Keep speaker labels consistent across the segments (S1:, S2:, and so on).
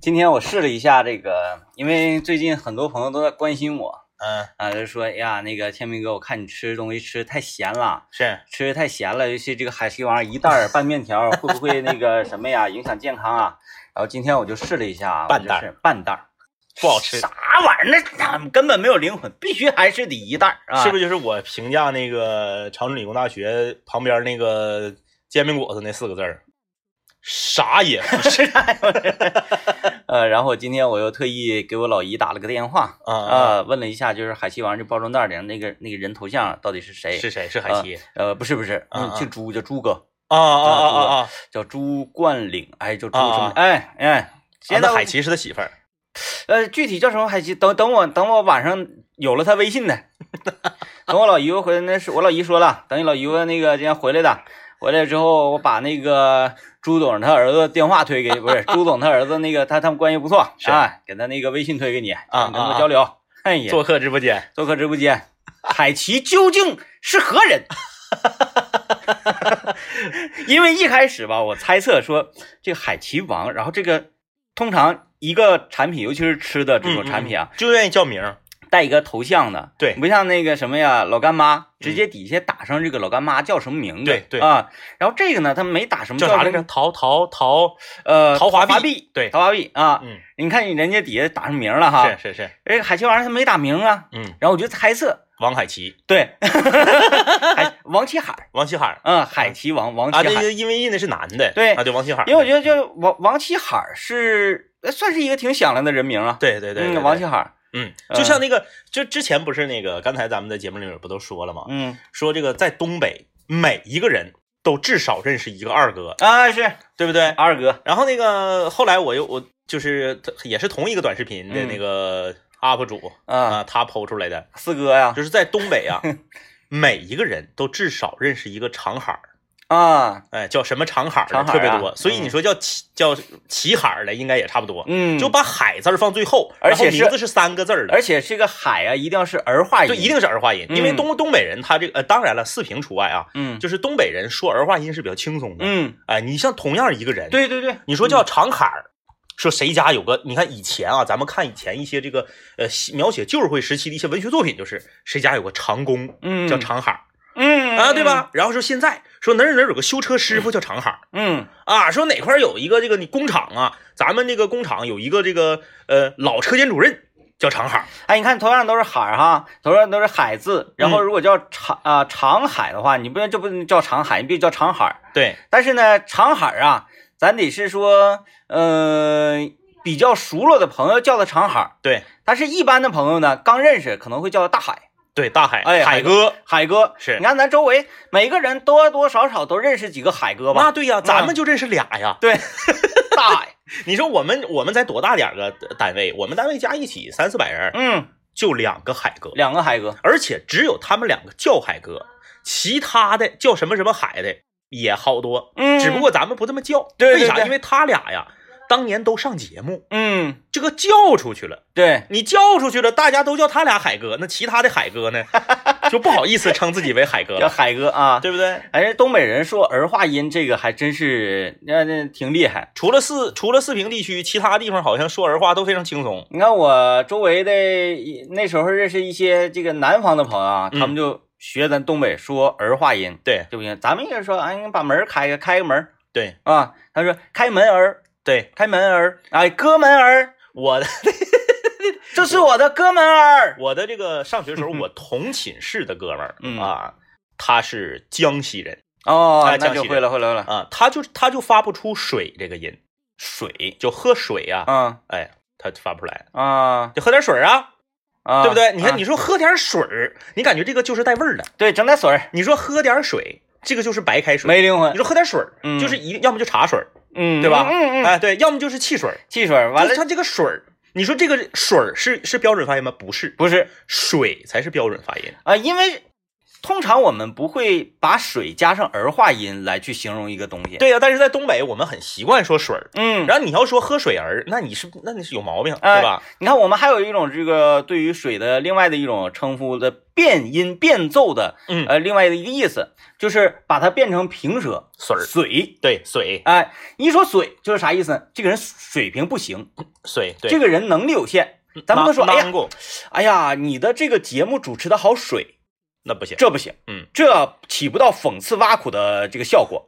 S1: 今天我试了一下这个，因为最近很多朋友都在关心我
S2: 嗯，
S1: 啊，就说哎呀，那个天明哥，我看你吃东西吃太咸了，
S2: 是
S1: 吃的太咸了，尤其这个海西王一袋儿拌面条，会不会那个什么呀， 影响健康啊？然后今天我就试了一下啊，
S2: 半袋儿
S1: 我就是半袋儿，
S2: 不好吃，
S1: 啥玩意儿？那根本没有灵魂，必须还是得一袋儿啊！
S2: 是不
S1: 是？
S2: 是就是我评价那个长春理工大学旁边那个煎饼果子那四个字儿？啥也不 是
S1: 呃，然后今天我又特意给我老姨打了个电话
S2: 啊
S1: 啊、
S2: 啊！
S1: 问了一下，就是海西王这包装袋里那个那个人头像到底是谁？
S2: 是谁？是海西
S1: 呃，不是不是，
S2: 啊
S1: 嗯，
S2: 啊
S1: 姓朱，叫朱哥，
S2: 啊啊啊啊啊！
S1: 叫朱冠岭，哎，叫朱
S2: 啊
S1: 什么？
S2: 啊
S1: 哎哎，现在
S2: 那
S1: 我
S2: 海奇是他媳妇儿，
S1: 呃，具体叫什么海西？等等我等我晚上有了他微 信的，等我老姨夫回来，那是我老姨说了，等你老姨夫那个今天回来的，回来之后我把那个朱总他儿子电话推给你，不是朱总他儿子那个他他们关系不错
S2: 是
S1: 啊，给他那个微信推给你，
S2: 啊
S1: 你跟我
S2: 啊
S1: 交流。哎呀，
S2: 做客直播间。
S1: 做客直播间，海奇究竟是何人？ 因为一开始吧，我猜测说这个海奇王，然后这个通常一个产品，尤其是吃的这种产品啊，
S2: 嗯就愿意叫名儿，
S1: 带一个头像的，
S2: 对嗯
S1: 不像那个什么呀，老干妈，直接底下打上这个老干妈叫什么名字，
S2: 对对
S1: 啊，然后这个呢，他没打什么
S2: 叫啥
S1: 什
S2: 来
S1: 么
S2: 着？陶陶陶，
S1: 呃，
S2: 桃花
S1: 花
S2: 币
S1: 币，
S2: 对，
S1: 桃花币啊，
S2: 嗯，
S1: 你看人家底下打上名了哈
S2: 是，是是，
S1: 这个海奇王他没打名啊，
S2: 嗯，
S1: 然后我就猜测，
S2: 王海奇，
S1: 对， 海王七海。
S2: 王七海儿
S1: 嗯，海奇王王
S2: 啊，
S1: 七
S2: 那
S1: 海，
S2: 个因为印的是男的，
S1: 对
S2: 啊，对，王七海儿，
S1: 因为我觉得就是王王七海是呃算是一个挺响亮的人名啊。
S2: 对对对，对
S1: 嗯，王，
S2: 对
S1: 七海，
S2: 嗯，
S1: 嗯
S2: 就像那个，就之前不是那个，刚才咱们在节目里面不都说了吗？
S1: 嗯
S2: 说这个在东北，每一个人都至少认识一个二哥，
S1: 啊是
S2: 对不对？
S1: 二哥，
S2: 然后那个后来我又我就是也是同一个短视频的那个 UP 主
S1: 嗯啊
S2: 啊，他剖出来的，
S1: 四哥呀
S2: 就是在东 北啊，每一个人都至少认识一个长海儿，
S1: 啊
S2: 哎，叫什么长海儿的
S1: 长海
S2: 特
S1: 儿
S2: 别
S1: 啊
S2: 多，所以你说叫齐叫齐海儿的应该也差不多，
S1: 嗯，
S2: 就把海字儿放最后，
S1: 而
S2: 然后
S1: 且是
S2: 名字是三个字儿的，
S1: 而且这个海啊一定要是儿化音，
S2: 就一定是儿化音，因为
S1: 嗯
S2: 东东北人他这个呃，当然了，四平除外啊，
S1: 嗯
S2: 就是东北人说儿化音是比较轻松的。
S1: 嗯
S2: 哎，你像同样一个人，，
S1: 对嗯对对，
S2: 你说叫长坎儿，说谁家有个，你看以前啊，咱们看以前一些这个呃西描写旧社会时期的一些文学作品，就是谁家有个长工
S1: 嗯
S2: 叫长海儿
S1: 嗯
S2: 啊，对？吧？然后说现在说哪儿哪儿有个修车师傅叫长海儿
S1: 嗯
S2: 啊，说哪块儿有一个这个你工厂啊，咱们这个工厂有一个这个呃老车间主任叫长海儿，
S1: 哎，你看同样都是海儿哈，同样都是海字，然
S2: 嗯
S1: 后如果叫长啊长海的话，你不能这不能叫长海，你必须叫长海儿。
S2: 对，
S1: 但是呢，长海儿啊，咱得是说，呃，比较熟络的朋友叫他长海儿，
S2: 对
S1: 但是一般的朋友呢，刚认识可能会叫大海、
S2: 对，大海，
S1: 哎海
S2: 海哥
S1: 海哥。
S2: 是
S1: 你看咱周围每个人多多少少都认识几个海哥吧？嗯
S2: 那对呀，咱们就认识俩呀。
S1: 对， 大海，
S2: 你说我们我们才多大点儿个单位？我们单位加一起三四百人，
S1: 嗯，
S2: 就两个海哥，
S1: 两个海哥，
S2: 而且只有他们两个叫海哥，其他的叫什么什么海的也好多，
S1: 嗯
S2: 只不过咱们不这么叫。
S1: 对对
S2: 为啥？
S1: 对
S2: 因为他俩呀，当年都上节目，
S1: 嗯，
S2: 这个叫出去了。
S1: 对，
S2: 你叫出去了，大家都叫他俩海哥，那其他的海哥呢， 就不好意思称自己为海哥
S1: 叫
S2: 了，
S1: 海哥啊。
S2: 对不对？
S1: 哎，东北人说儿化音这个还真是，那、那挺厉害。
S2: 除了四除了四平地区，其他地方好像说儿话都非常轻松。
S1: 你看我周围的那时候认识一些这个南方的朋友啊，
S2: 嗯
S1: 他们就学咱东北说儿化音，
S2: 对
S1: 对不行，咱们也是说，哎，你把门儿开开，开个门儿
S2: 对
S1: 啊。他说开门儿，
S2: 对，
S1: 开门儿，哎，哥们儿，
S2: 我的
S1: 这是我的哥们儿。
S2: 我的这个上学时 候，我同寝室的哥们儿、
S1: 嗯
S2: 啊，他是江西人
S1: 哦
S2: 哎，
S1: 那
S2: 江
S1: 就
S2: 西
S1: 会
S2: 人
S1: 了，会了，会了。
S2: 啊，他就他就发不出水这个音，
S1: 水，
S2: 就喝水啊，
S1: 啊
S2: 哎，他发不出来，
S1: 啊
S2: 就喝点水儿啊，
S1: 啊，
S2: 对不对？你
S1: 啊
S2: 看，你说喝点水儿，你感觉这个就是带味儿的；
S1: 对，整点水儿，
S2: 你说喝点水，这个就是白开水。
S1: 没灵
S2: 你
S1: 魂，
S2: 说喝点水儿，
S1: 嗯
S2: 就是一定要么就茶水儿，
S1: 嗯，
S2: 对吧
S1: 嗯嗯嗯，
S2: 哎，对，要么就是汽水儿。
S1: 汽水儿完
S2: 就
S1: 了
S2: 它这个水儿，你说这个水儿是是标准发音吗？不是，
S1: 不是
S2: 水才是标准发音。
S1: 啊，因为通常我们不会把水加上儿化音来去形容一个东西。，
S2: 对呀、啊但是在东北我们很习惯说水儿，
S1: 嗯，
S2: 然后你要说喝水儿，那你是那你是有毛病，
S1: 哎
S2: 对吧？
S1: 你看我们还有一种这个对于水的另外的一种称呼的变音变奏的，
S2: 嗯
S1: 呃，另外的一个意思就是把它变成平舌
S2: 水儿，
S1: 水。
S2: 对水
S1: 哎，你一说水就是啥意思呢？这个人水平不行，
S2: 水，对，嗯
S1: 这个人能力有限。咱不能说，哎呀，
S2: 过，
S1: 哎呀，你的这个节目主持的好水，
S2: 那不行，
S1: 这不行，
S2: 嗯，
S1: 这起不到讽刺挖苦的这个效果。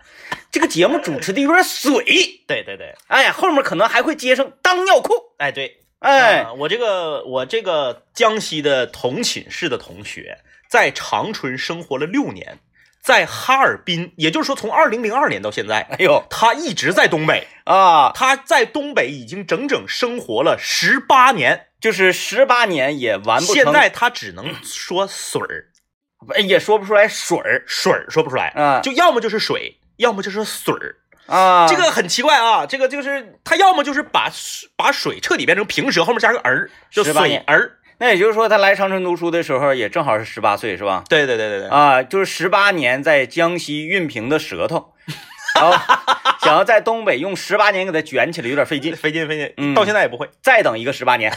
S1: 这个节目主持的有点水，
S2: 对对对，
S1: 哎呀，后面可能还会接上当尿裤，
S2: 哎对，
S1: 哎，
S2: 啊我这个我这个江西的同寝室的同学，在长春生活了六年，在哈尔滨，也就是说从二零零二年到现在，
S1: 哎呦
S2: 他一直在东北，
S1: 啊，
S2: 他在东北已经整整生活了十八年，
S1: 就是十八年也完不成，
S2: 现在他只能说水儿，
S1: 哎也说不出来水儿
S2: 水儿说不出来，
S1: 啊
S2: 就要么就是水，要么就是水儿。
S1: 啊，
S2: 这个很奇怪啊，这个就是他要么就是把水把水彻底变成平舌，后面加个儿，就
S1: 18
S2: 水
S1: 年
S2: 儿。
S1: 那也就是说他来长春读书的时候也正好是十八岁是吧？
S2: 对对对对对，
S1: 啊，就是十八年在江西熨平的舌头，然后想要在东北用十八年给它卷起来有点费劲，
S2: 费劲费劲，
S1: 嗯
S2: 到现在也不会。
S1: 再等一个十八年，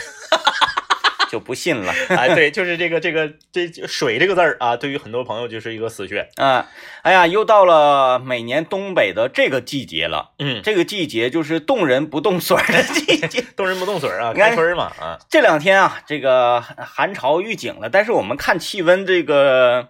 S1: 就不信了。
S2: 哎，对，就是这个这个这这水这个字儿啊，对于很多朋友就是一个死穴。
S1: 啊，哎呀，又到了每年东北的这个季节了。
S2: 嗯，
S1: 这个季节就是动人不动水儿的季节。
S2: 动人不动水儿啊，
S1: 你看
S2: 开春儿嘛啊，
S1: 这两天啊，这个寒潮预警了，但是我们看气温这个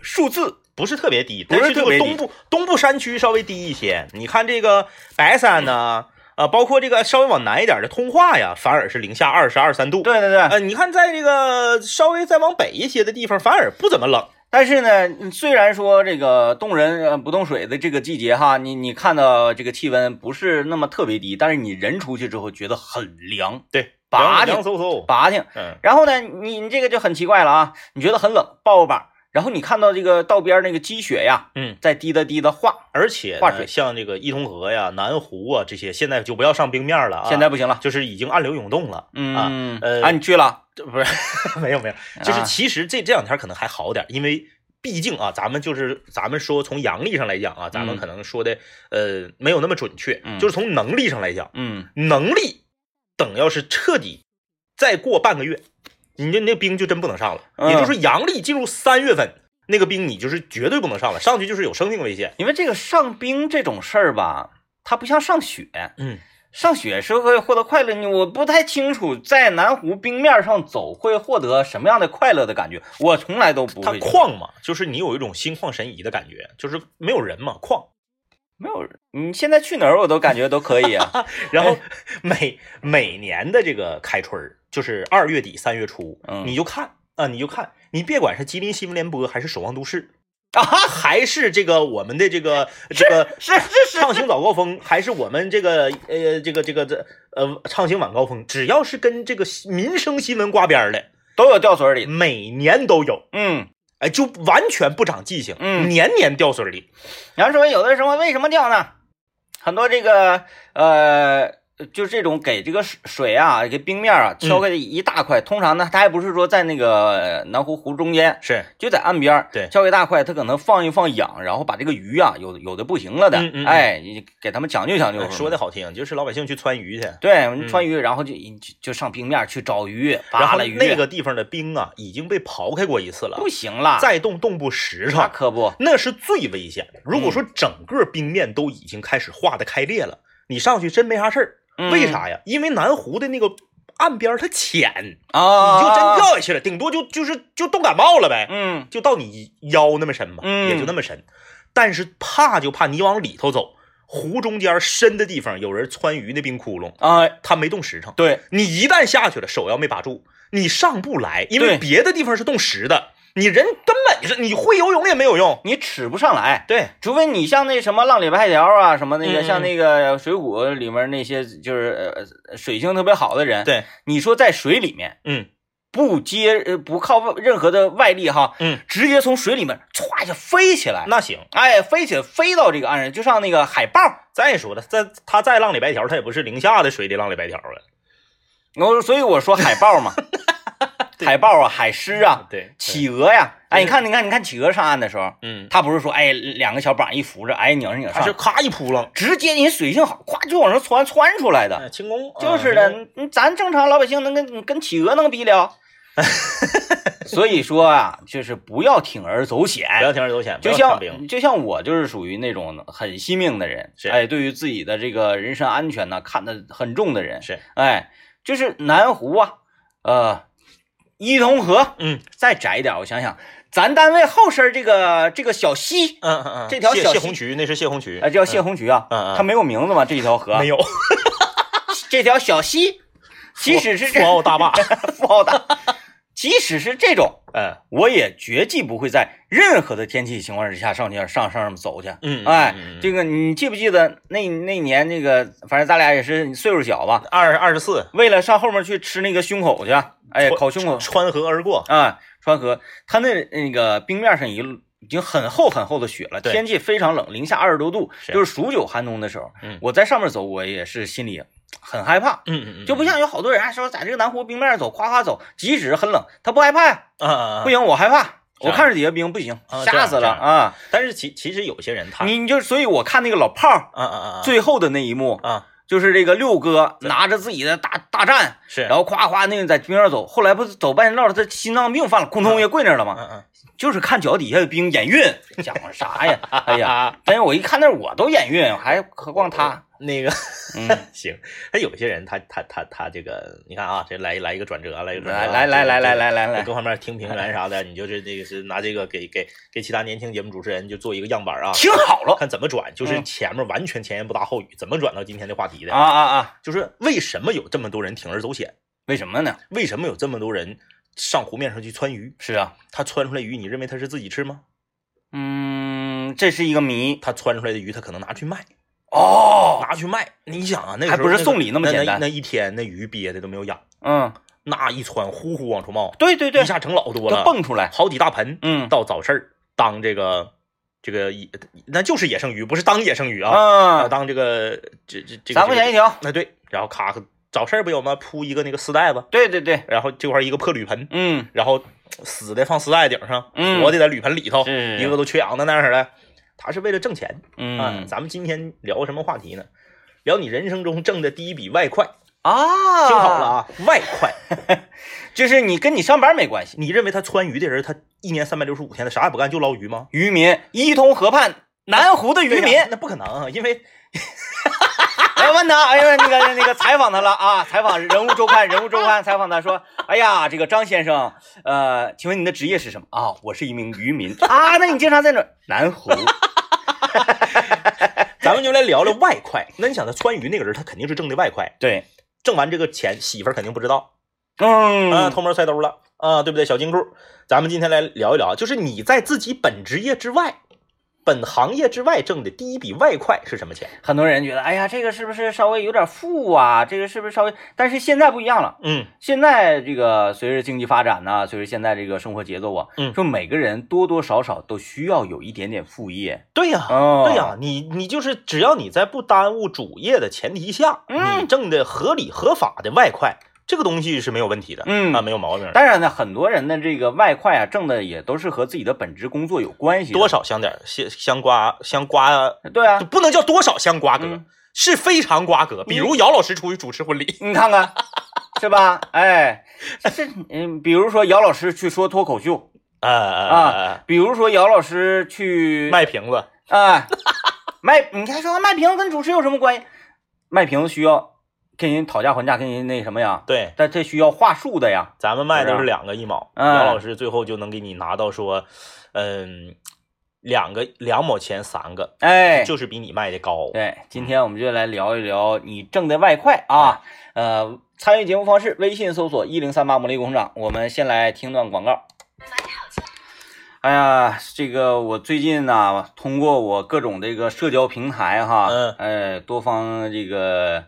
S1: 数字，
S2: 不是特别低，
S1: 不是
S2: 但这
S1: 特别
S2: 个
S1: 低
S2: 东部东部山区稍微低一些。你看这个白山呐，啊，包括这个稍微往南一点的通化呀，反而是零下二十二三度。
S1: 对对对。
S2: 呃，你看在这个稍微再往北一些的地方，反而不怎么冷。
S1: 但是呢，虽然说这个动人呃不动水的这个季节哈，你你看到这个气温不是那么特别低，但是你人出去之后觉得很凉，
S2: 对，
S1: 拔
S2: 凉
S1: 挺
S2: 凉飕飕。
S1: 拔挺。
S2: 嗯，
S1: 然后呢，你你这个就很奇怪了啊，你觉得很冷，抱个膀，然后你看到这个道边那个积雪呀，
S2: 嗯，
S1: 在滴答滴答化，
S2: 而且
S1: 化水
S2: 呢，像这个伊通河呀、南湖啊这些，现在就不要上冰面了啊，
S1: 现在不行了，
S2: 就是已经暗流涌动了。
S1: 嗯
S2: 呃
S1: 啊，你去了，
S2: 这不是没有没有，就是
S1: 啊
S2: 其实这这两天可能还好点儿，因为毕竟啊，咱们就是咱们说从阳历上来讲啊，咱们
S1: 嗯
S2: 可能说的呃没有那么准确，
S1: 嗯
S2: 就是从能力上来讲，
S1: 嗯，
S2: 能力等要是彻底再过半个月，你这那冰就真不能上了。
S1: 嗯
S2: 也就是说，阳历进入三月份，那个冰你就是绝对不能上了，上去就是有生命危险。
S1: 因为这个上冰这种事儿吧，它不像上雪，
S2: 嗯，
S1: 上雪是会获得快乐，你我不太清楚在南湖冰面上走会获得什么样的快乐的感觉，我从来都不
S2: 它
S1: 会，
S2: 旷嘛，就是你有一种心旷神怡的感觉，就是没有人嘛，旷。
S1: 没有人，你现在去哪儿我都感觉都可以啊，
S2: 然后每每年的这个开春儿，就是二月底三月初，
S1: 嗯
S2: 你就看啊、你就看，你别管是吉林新闻联播还是守望都市
S1: 啊，
S2: 还是这个我们的这个这个
S1: 是是是，
S2: 畅行早高峰，还是我们这个呃这个这个这呃畅行晚高峰，只要是跟这个民生新闻挂边儿的，
S1: 都有掉水里，
S2: 每年都有，
S1: 嗯。
S2: 哎，就完全不长记性，
S1: 嗯
S2: 年年掉水里，
S1: 你要说有的时候为什么掉呢？很多这个呃，就这种给这个水水啊，给冰面啊敲开一大块，通常呢，它还不是说在那个呃南湖湖中间，
S2: 是，
S1: 就在岸边儿
S2: 对
S1: 敲一大块，它可能放一放氧，然后把这个鱼啊，有的有的不行了的，
S2: 嗯嗯嗯
S1: 哎，你给他们抢救抢救。
S2: 说的好听，就是老百姓去川鱼去。
S1: 对，川鱼，然后就就就上冰面去找鱼，
S2: 然
S1: 扒
S2: 后
S1: 拉鱼，
S2: 那个地方的冰啊，已经被刨开过一次了，
S1: 不行了，
S2: 再冻冻不实
S1: 那
S2: 诚，
S1: 可不，
S2: 那是最危险的。如果说整个冰面都已经开始化的开裂了，你上去真没啥事儿。
S1: 嗯
S2: 为啥呀？因为南湖的那个岸边儿它浅，
S1: 啊，
S2: 你就真，掉下去了，顶多就就是就冻感冒了呗，
S1: 嗯
S2: 就到你腰那么深吧，
S1: 嗯
S2: 也就那么深。但是怕就怕你往里头走，湖中间深的地方有人穿鱼的冰窟窿，
S1: 啊，
S2: 他没冻实诚。
S1: 对，
S2: 你一旦下去了，手要没把住，你上不来，因为
S1: 对
S2: 别的地方是冻实的，你人根本是你会游泳也没有用。
S1: 你使不上来，
S2: 对，
S1: 除非你像那什么《浪里白条》啊，什么那个、
S2: 嗯
S1: 像那个《水浒》里面那些就是呃水性特别好的人，
S2: 对，
S1: 你说在水里面
S2: 嗯
S1: 不接呃不靠任何的外力哈，
S2: 嗯，
S1: 直接从水里面歘一下飞起来，
S2: 那行。
S1: 哎，飞起来飞到这个岸上，就像那个海豹，
S2: 再说了，在他再浪里白条，他也不是零下的水里浪里白条了。
S1: 我所以我说海豹嘛，
S2: 对
S1: 海豹啊、海狮啊、
S2: 对，
S1: 企鹅呀、哎，
S2: 对
S1: 你看，你看，你看企鹅上岸的时候，
S2: 嗯，
S1: 它不是说哎两个小膀一扶着，哎拧上拧
S2: 他是
S1: 上，
S2: 咔一扑棱，
S1: 直接你水性好，咵就往上窜窜出来的。
S2: 哎轻功
S1: 就是
S2: 的。
S1: 的，你咱正常老百姓能跟跟企鹅能比 了？所以说啊，就是不要铤而走险，
S2: 不要铤而走险，不
S1: 就
S2: 要看病
S1: 像就像我就是属于那种很惜命的人，
S2: 是
S1: 哎，对于自己的这个人身安全呢看得很重的人，
S2: 是，
S1: 哎，就是南湖啊，呃，伊通河，
S2: 嗯
S1: 再窄一点，我想想，咱单位后身这个这个小溪，
S2: 嗯嗯嗯，
S1: 这条
S2: 谢
S1: 小
S2: 谢
S1: 溪
S2: 红渠，那是呃谢红渠，
S1: 啊，叫谢红渠啊，
S2: 嗯嗯嗯嗯
S1: 它没有名字嘛，这一条河，
S2: 没有，
S1: 这条小溪，即使是
S2: 富
S1: 这
S2: 豪大坝，
S1: 富豪大，即使是这种，
S2: 嗯
S1: 我也绝技不会在任何的天气情况之下上去上上上面走去。
S2: 嗯，
S1: 哎
S2: 嗯，嗯
S1: 这个你记不记得那那年那个，反正咱俩也是岁数小吧，
S2: 二二十四
S1: 为了上后面去吃那个胸口去，哎，
S2: 穿
S1: 烤胸口
S2: 穿河而过，
S1: 啊，川河，它那那个冰面上已经已经很厚很厚的雪了，
S2: 对
S1: 天气非常冷，零下二十多度，
S2: 是
S1: 就是数九寒冬的时候，
S2: 嗯
S1: 我在上面走，我也是心里很害怕，
S2: 嗯嗯嗯，
S1: 就不像有好多人啊说在这个南湖冰面上走，夸夸走，即使很冷，他不害怕呀。
S2: 啊啊，
S1: 不
S2: 行。
S1: 行，我害怕，
S2: 是啊
S1: 我看着底下冰不行
S2: 啊，这
S1: 吓
S2: 样
S1: 死了
S2: 这样
S1: 啊！
S2: 但是其其实有些人他，
S1: 你你就所以，我看那个老炮儿
S2: 啊啊啊，啊
S1: 最后的那一幕，
S2: 啊
S1: 就是这个六哥拿着自己的大大战，
S2: 是，
S1: 然后夸夸那个在冰上走，后来不是走半截道，他心脏病犯了，咕咚一下跪那儿了吗？
S2: 嗯嗯，
S1: 就是看脚底下的冰眼晕，讲的啥呀？哎呀，
S2: 呀，
S1: 但是我一看那儿我都眼晕，还何况他？
S2: 那个
S1: 嗯，
S2: 行，他有些人他他他他这个，你看啊，这来来一个转折，来一个转
S1: 来
S2: 折啊，
S1: 来来来来来来
S2: 这个。
S1: 来
S2: 各，方面听评 论啥的，你就是那个是拿这个给给给其他年轻节目主持人就做一个样板啊，
S1: 听好了
S2: 看怎么转，就是
S1: 嗯
S2: 前面完全前言不搭后语，怎么转到今天的话题的
S1: 啊？啊啊！
S2: 就是为什么有这么多人铤而走险？
S1: 为什么呢？
S2: 为什么有这么多人上湖面上去穿鱼？
S1: 是啊，
S2: 他穿出来鱼，你认为他是自己吃吗？
S1: 嗯，这是一个谜
S2: 他穿出来的鱼，他可能拿去卖，
S1: 哦。
S2: 拿去卖。你想啊，那个
S1: 还
S2: 时候
S1: 不是
S2: 个
S1: 送礼那么简单
S2: 那一那一天那鱼憋的都没有氧，
S1: 嗯，
S2: 那一窜呼呼往出冒，
S1: 对对对
S2: 一，下整老多
S1: 都
S2: 了，
S1: 蹦出来。
S2: 好几大盆。
S1: 嗯
S2: 到早市儿当这个这个野，那就是野生鱼，不是当野生鱼啊，
S1: 啊，
S2: 当这个这这这个
S1: 三块钱一。条。
S2: 那对，然后咔早市儿不有吗？铺一个那个丝带子，
S1: 对对对，
S2: 然后这块儿一个破铝盆，
S1: 嗯，
S2: 然后死的放丝带顶上，
S1: 嗯
S2: 活的在铝盆里头，
S1: 是
S2: 一个都缺氧的那样似的。他是为了挣钱啊、
S1: 嗯
S2: 咱们今天聊什么话题呢？聊你人生中挣的第一笔外快，
S1: 啊，
S2: 听好了，啊，外快。
S1: 就是你跟你上班没关系。
S2: 你认为他川渝的人，他一年三百六十五天，他啥也不干就捞鱼吗？
S1: 渔民，伊通河畔南湖的渔
S2: 对
S1: 民
S2: 呀，那不可能啊，因为
S1: 哎，问他，哎呀，那个那个采访他了啊，采访《人物周刊》，《人物周刊》采访他说，哎呀，这个张先生，呃，请问您的职业是什么啊？我是一名渔 民啊，那你经常在哪？南湖，
S2: 咱们就来聊聊外 快。那你想，他川渝那个人，他肯定是挣的外快，
S1: 对，
S2: 挣完这个钱，媳妇儿肯定不知道啊，
S1: 嗯，
S2: 偷摸揣兜了啊，对不对？小金库，咱们今天来聊一聊，就是你在自己本职业之外、本行业之外挣的第一笔外快是什么钱？
S1: 很多人觉得，哎呀，这个是不是稍微有点富啊？这个是不是稍微？但是现在不一样了。
S2: 嗯，
S1: 现在这个随着经济发展呐、随着现在这个生活节奏啊，
S2: 嗯
S1: 说每个人多多少少都需要有一点点副业。
S2: 对呀、
S1: 哦
S2: 哎对呀、你你就是只要你在不耽误主业的前提下，
S1: 嗯
S2: 你挣的合理合法的外快，这个东西是没有问题的，
S1: 嗯
S2: 啊，没有毛病的。
S1: 当然呢，很多人的这个外快啊，挣的也都是和自己的本职工作有关系的。
S2: 多少相点儿相相瓜相瓜，
S1: 对啊，
S2: 不能叫多少相瓜葛，
S1: 嗯
S2: 是非常瓜葛。比如姚老师出去主持婚礼，
S1: 你看 看，是吧？哎，这嗯，比如说姚老师去说脱口秀，
S2: 啊
S1: 啊，比如说姚老师去
S2: 卖瓶子，
S1: 啊，卖，你还说卖瓶子跟主持有什么关系？卖瓶子需要跟人讨价还价，跟人那什么呀？
S2: 对，
S1: 但这需要话术的呀。
S2: 咱们卖
S1: 是
S2: 都
S1: 啊
S2: 是两个一毛，
S1: 嗯
S2: 姚老师最后就能给你拿到说，嗯，两个两毛钱三个，
S1: 哎，
S2: 就是比你卖的高。
S1: 对，哎今天我们就来聊一聊你挣的外快啊。呃，参与节目方式，微信搜索一零三八魔力工厂。我们先来听段广告。哎呀，这个我最近呢、通过我各种这个社交平台哈，
S2: 嗯
S1: 哎，多方这个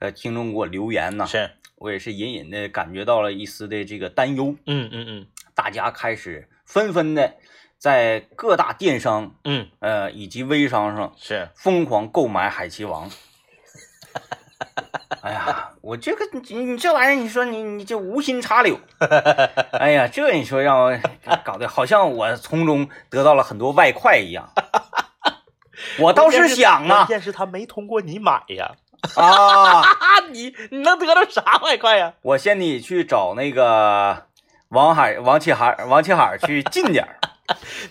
S1: 呃听众给我留言呢、
S2: 是，
S1: 我也是隐隐的感觉到了一丝的这个担忧，
S2: 嗯嗯嗯
S1: 大家开始纷纷的在各大电商
S2: 嗯，
S1: 呃以及微商上
S2: 是
S1: 疯狂购买海贼王。哎呀，我这个你你这玩意儿，你说你你就无心插 柳，哎呀，这你说让我搞得好像我从中得到了很多外快一 样。我倒是想
S2: 关
S1: 啊
S2: 键是他没通过你买 呀，
S1: 啊，
S2: 啊，你你能得到啥外快呀？
S1: 我先得去找那个王海、王启海、王启海去进点儿。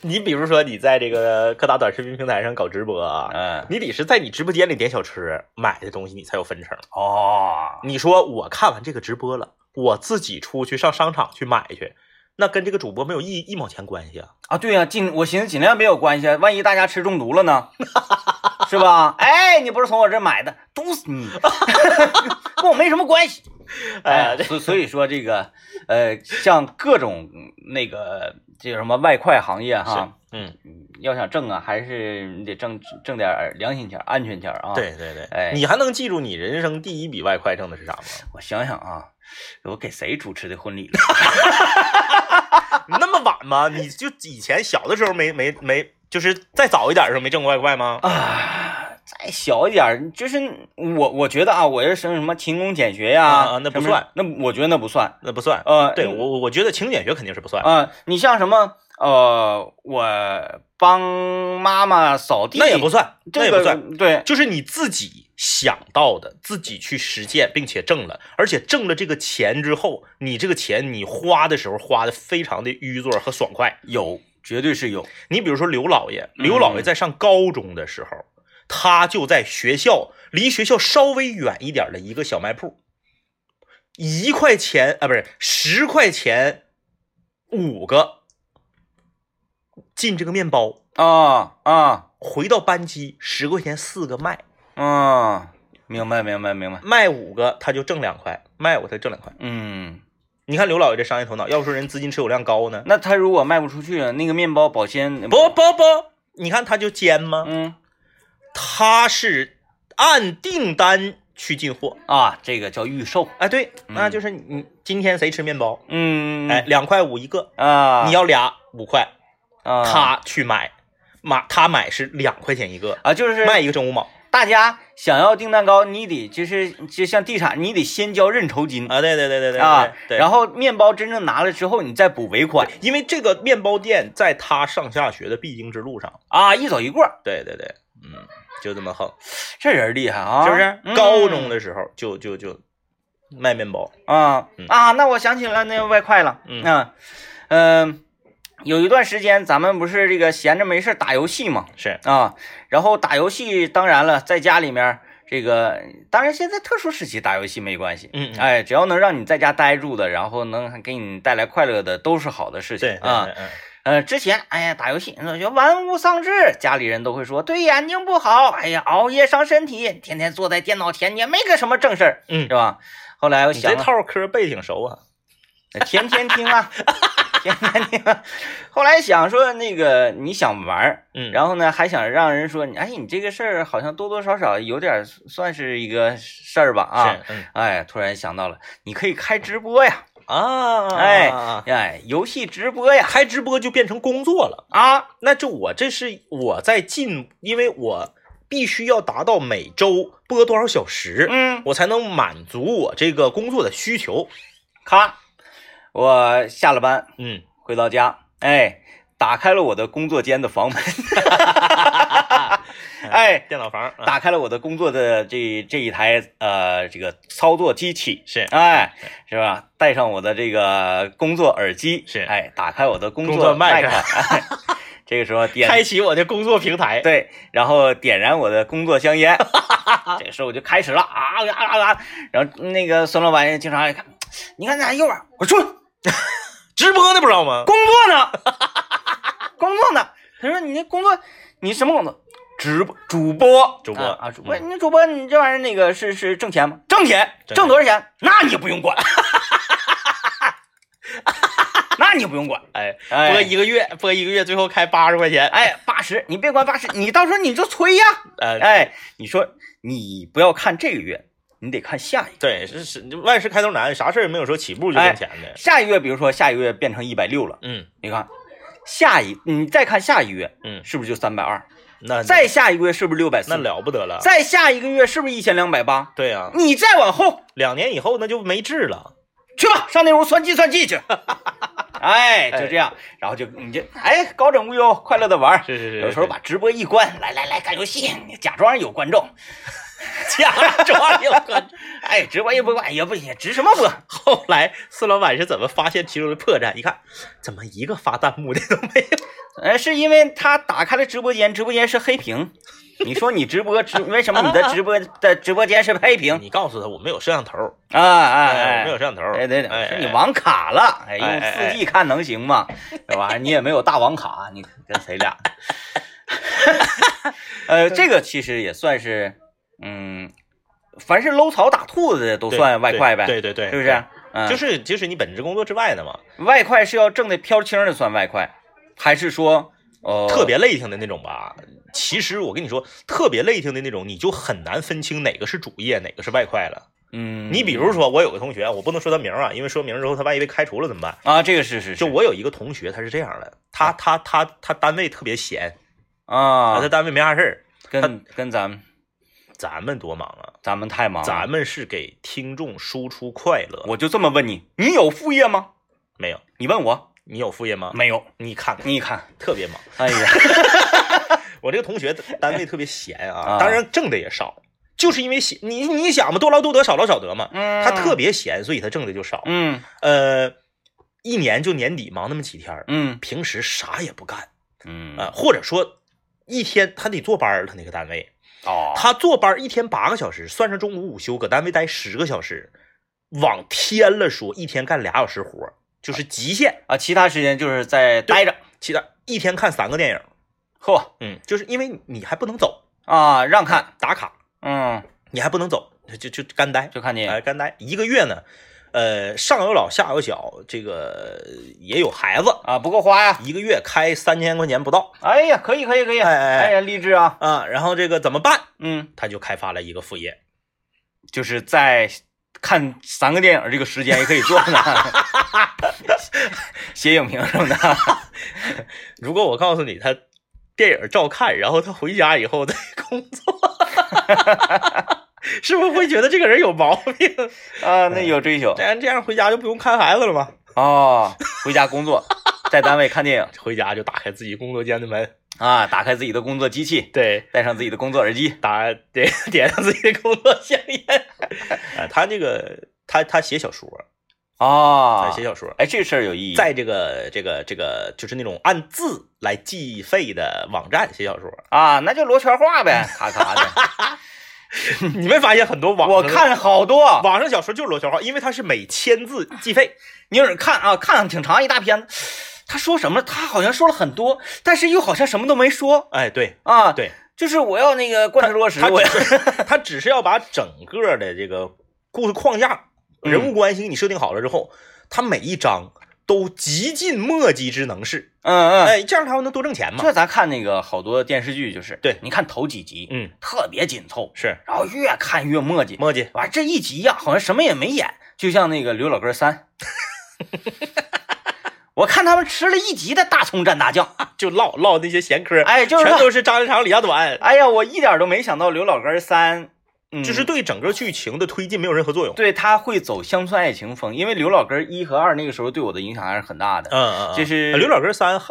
S2: 你比如说你在这个各大短视频平台上搞直播 啊，
S1: 嗯，
S2: 你得是在你直播间里点小吃买的东西，你才有分成。
S1: 哦，
S2: 你说我看完这个直播了，我自己出去上商场去买去，那跟这个主播没有一一毛钱关系啊！
S1: 啊，对呀、尽我寻思尽量别有关系啊，万一大家吃中毒了呢，是吧？哎，你不是从我这买的，毒死你， 跟我没什么关系。
S2: 哎，这
S1: 所所以说这个，呃，像各种嗯那个这叫什么外快行业哈，
S2: 嗯，
S1: 嗯要想挣啊，还是你得挣挣点儿良心钱儿、安全钱儿啊。，
S2: 对对对，
S1: 哎
S2: 你还能记住你人生第一笔外快挣的是啥 吗？
S1: 我想想啊，我给谁主持的婚礼了？
S2: 你那么晚吗？你就以前小的时候没没没，就是再早一点的时候没挣过外快吗？
S1: 啊，再小一点儿，就是我我觉得啊，我要是什么勤工俭学呀、
S2: 啊啊那不
S1: 什么
S2: 算，
S1: 那我觉得那不算。
S2: 那不算。
S1: 呃，
S2: 对我我我觉得勤俭学肯定是不算，
S1: 啊、你像什么呃，我帮妈妈扫地，
S2: 那也不算，那
S1: 这
S2: 也不
S1: 个
S2: 算。
S1: 对，
S2: 就是你自己想到的，自己去实践，并且挣了，而且挣了这个钱之后，你这个钱你花的时候花的非常的淤作和爽快。
S1: 有绝对是有。
S2: 你比如说刘老爷，刘老
S1: 嗯
S2: 爷在上高中的时候，他就在学校离学校稍微远一点的一个小卖铺，一块钱啊，不是十块钱五个进这个面包，
S1: 啊啊
S2: 回到班级十块钱四个卖。
S1: 啊！明白明白明白。
S2: 卖五个他就挣两块，卖五他就挣两块。
S1: 嗯，
S2: 你看刘老爷这商业头脑，要不说人资金持有量高呢？
S1: 那他如果卖不出去，那个面包保鲜
S2: 不？不不，你看他就奸吗？
S1: 嗯
S2: 他是按订单去进货。
S1: 啊，这个叫预售。
S2: 哎，对，
S1: 嗯
S2: 那就是你今天谁吃面包？
S1: 嗯，
S2: 哎，两块五一个，
S1: 啊，
S2: 你要俩五块，
S1: 啊
S2: 他去买，买他买是两块钱一个，
S1: 啊，就是
S2: 卖一个挣五毛
S1: 大家想要订单高，你得就是就像地产，你得先交认筹金
S2: 啊！对对对对对
S1: 啊，
S2: 对，
S1: 然后
S2: 后
S1: 面包真正拿了之后，你再补尾款
S2: 因为这个面包店在他上下学的必经之路上，
S1: 啊，一走一过，
S2: 对对对，嗯，就这么横。
S1: 这人厉害啊，
S2: 是不是？
S1: 嗯
S2: 高中的时候就就就卖面包，
S1: 啊
S2: 嗯
S1: 啊，那我想起来那个外快了，
S2: 嗯
S1: 啊，嗯，有一段时间咱们不是这个闲着没事儿打游戏嘛，
S2: 是
S1: 啊，然后打游戏，当然了，在家里面儿这个，当然现在特殊时期打游戏没关系，
S2: 嗯嗯
S1: 哎，只要能让你在家待住的，然后能给你带来快乐的，都是好的事情
S2: 对
S1: 啊。，
S2: 嗯
S1: 呃，之前哎呀打游戏，那就玩物丧志，家里人都会说对眼睛不好，哎呀熬夜伤身体，天天坐在电脑前也没个什么正事儿，
S2: 嗯
S1: 是吧？后来我
S2: 你
S1: 想
S2: 这
S1: 了，
S2: 套嗑背挺熟啊，
S1: 天天听啊， 天天听、啊。后来想说那个你想玩儿，
S2: 嗯，后
S1: 然后呢，还想让人说你，哎，你这个事儿好像多多少少有点儿算是一个事儿吧啊。
S2: 是嗯
S1: 哎，突然想到了，你可以开直播呀，
S2: 啊，
S1: 哎，哎，游戏直播呀，
S2: 开直播就变成工作了，
S1: 啊，
S2: 那就我这是我在进，因为我必须要达到每周播多少小时，
S1: 嗯，
S2: 我才能满足我这个工作的需求，
S1: 咔，我下了班
S2: 嗯，
S1: 回到家，哎，打开了我的工作间的房门， 哎，
S2: 电脑房啊
S1: 打开了我的工作的这这一台呃这个操作机器，
S2: 是
S1: 哎，是吧？戴上我的这个工作耳机，
S2: 是
S1: 哎，打开我的工
S2: 工作
S1: 麦
S2: 麦克
S1: 克， 哎这个时候点
S2: 开启我的工作平台，
S1: 对，然后点燃我的工作香烟，这个时候我就开始了啊呀啊啊！然后那个孙老板也经常一看，你看那右边，我说
S2: 直播呢不知道吗？
S1: 工作呢， 工作呢，他说你那工作你什么工作？直播主播
S2: 主播
S1: 啊啊主播，
S2: 嗯
S1: 你主播你这玩意儿那个是是挣钱吗？挣钱，
S2: 挣
S1: 挣多少钱？那你不用 管，那你不用管，
S2: 哎，播
S1: 哎
S2: 一个月，播一个月，最后开八十块钱，
S1: 哎八十，你别管八十，你到时候你就催呀。
S2: 呃，
S1: 哎，你说你不要看这个月，你得看下一个。
S2: 对，是是，万事开头难，啥事儿也没有说起步就挣钱的。
S1: 下一个月，比如说下一个月变成一百六了，
S2: 嗯
S1: 你看下一，你再看下一个月
S2: 嗯
S1: 是不是就三百二？
S2: 那
S1: 再下一个月是不是六百
S2: 那
S1: 四？
S2: 了不得了。
S1: 再下一个月是不是一千两百八？
S2: 对呀、
S1: 你再往后
S2: 两年以后那就没治了。
S1: 去吧，上那屋算计算计 去。哎，就这样，然后就你就哎高枕无忧，快乐的玩儿。
S2: 是是是
S1: 有时候把直播一关，来来来干游戏，你假装有观 众。
S2: 假装有关。
S1: 哎，直播一播，哎呀不行，直什么播？
S2: 后来四老板是怎么发现其中的破绽？一看，怎么一个发弹幕的都没有？
S1: 呃，是因为他打开了直播间，直播间是黑屏。你说你直播直，为什么你的直 播的直播间是黑屏
S2: 你告诉他我们有摄像头，
S1: 啊？啊
S2: 我们有
S1: 哎，
S2: 摄像头。
S1: 对对对，
S2: 哎
S1: 是你网卡了，哎，用
S2: 哎哎
S1: 四 G 看能行吗？这玩意儿你也没有大网卡，你跟谁俩？ 呃，这个其实也算是，嗯，凡是搂草打兔子的都
S2: 对
S1: 算外
S2: 对
S1: 快呗，
S2: 对对对，
S1: 是不是？嗯，
S2: 就是啊就是你本职工作之外的嘛，
S1: 外快是要挣的飘青的算外快，还是说呃
S2: 特别累挺的那种吧。其实我跟你说，特别累挺的那种，你就很难分清哪个是主业，哪个是外快了。
S1: 嗯？
S2: 你比如说，我有个同学，我不能说他名儿啊，因为说名儿之后他万一被开除了怎么办？
S1: 啊，这个是是是
S2: 就我有一个同学，他是这样的，他他他他单位特别闲，
S1: 啊，
S2: 他单位没啥事儿，
S1: 跟跟咱们
S2: 咱们多忙啊，
S1: 咱们太忙了，
S2: 咱们是给听众输出快乐，
S1: 我就这么问你，你有副业吗？
S2: 没有，
S1: 你问我
S2: 你有副业吗？
S1: 没有？
S2: 你看看，
S1: 你看，
S2: 特别忙。
S1: 哎呀，
S2: 我这个同学单位特别闲啊
S1: 啊，
S2: 当然挣的也少，就是因为闲，你你想嘛，多劳多得，少劳少得嘛。
S1: 嗯，
S2: 他特别闲，所以他挣的就少。
S1: 嗯
S2: 呃，一年就年底忙那么几天儿，
S1: 嗯
S2: 平时啥也不干
S1: 嗯
S2: 啊，或者说一天他得坐班儿，他那个单位，
S1: 哦，
S2: 他坐班儿一天八个小时，算上中午午休，搁单位待十个小时，往天了说，一天干俩小时活儿，就是极限。
S1: 啊，其他时间就是在待着，
S2: 其他一天看三个电影，
S1: 嚯
S2: 嗯，就是因为你还不能走，
S1: 啊，让看，
S2: 打卡，
S1: 嗯，
S2: 你还不能走，就就干待，
S1: 就看你
S2: 哎，干待一个月呢，呃，上有老下有小，这个呃也有孩子，
S1: 啊不够花呀，
S2: 一个月开三千块钱不到
S1: 哎呀，可以可以可以，
S2: 哎哎哎
S1: 呀，励志啊，
S2: 啊，然后这个怎么办？
S1: 嗯，
S2: 他就开发了一个副业，
S1: 就是在。看三个电影这个时间也可以做呢， 写影评什么的，
S2: 如果我告诉你他电影照看，然后他回家以后再工作，是不是会觉得这个人有毛病？
S1: 啊，那有追求
S2: 这样这样回家就不用看孩子了吗？
S1: 哦，回家工作，在单位看电影
S2: 回家就打开自己工作间的门，
S1: 啊，打开自己的工作机器，
S2: 对，
S1: 戴上自己的工作耳机，
S2: 打点点上自己的工作香烟。啊，他这个他他写小说，他
S1: 哦，
S2: 写小说，
S1: 哎，这事儿有意义，
S2: 在这个这个这个就是那种按字来计费的网站写小说，
S1: 啊，那就罗圈画呗，咔咔的，
S2: 你没发现很多网
S1: 我
S2: 上
S1: 看好多，
S2: 网上小说就是罗圈画，因为它是每千 字计费。
S1: 你有人看啊，看挺长一大篇，他说什么？他好像说了很多，但是又好像什么都没说
S2: 哎，对
S1: 啊，，
S2: 对，
S1: 就是我要那个贯彻落实，
S2: 他
S1: 我 要
S2: 只是他只是要把整个的这个故事框架、
S1: 嗯
S2: 人物关系给你设定好了之后，他每一章都极尽墨迹之能事。
S1: 嗯嗯，
S2: 哎，这样他能多挣钱嘛？
S1: 这咱看那个好多电视剧就是，
S2: 对
S1: 你看头几集，
S2: 嗯，
S1: 特别紧凑，
S2: 是
S1: 然后越看越墨迹，
S2: 墨迹。
S1: 完这一集呀、好像什么也没演，就像那个刘老根 三。 我看他们吃了一集的大葱蘸大酱，
S2: 就唠唠那些闲嗑，
S1: 哎就是
S2: 全
S1: 唠
S2: 都是张家长李家短，
S1: 哎呀，我一点都没想到刘老根三，嗯，
S2: 就是对整个剧情的推进没有任何作用。
S1: 对他会走乡村爱情风，因为刘老根一和二那个时候对我的影响还是很大的。
S2: 嗯嗯，
S1: 这是
S2: 呃刘老根三，呃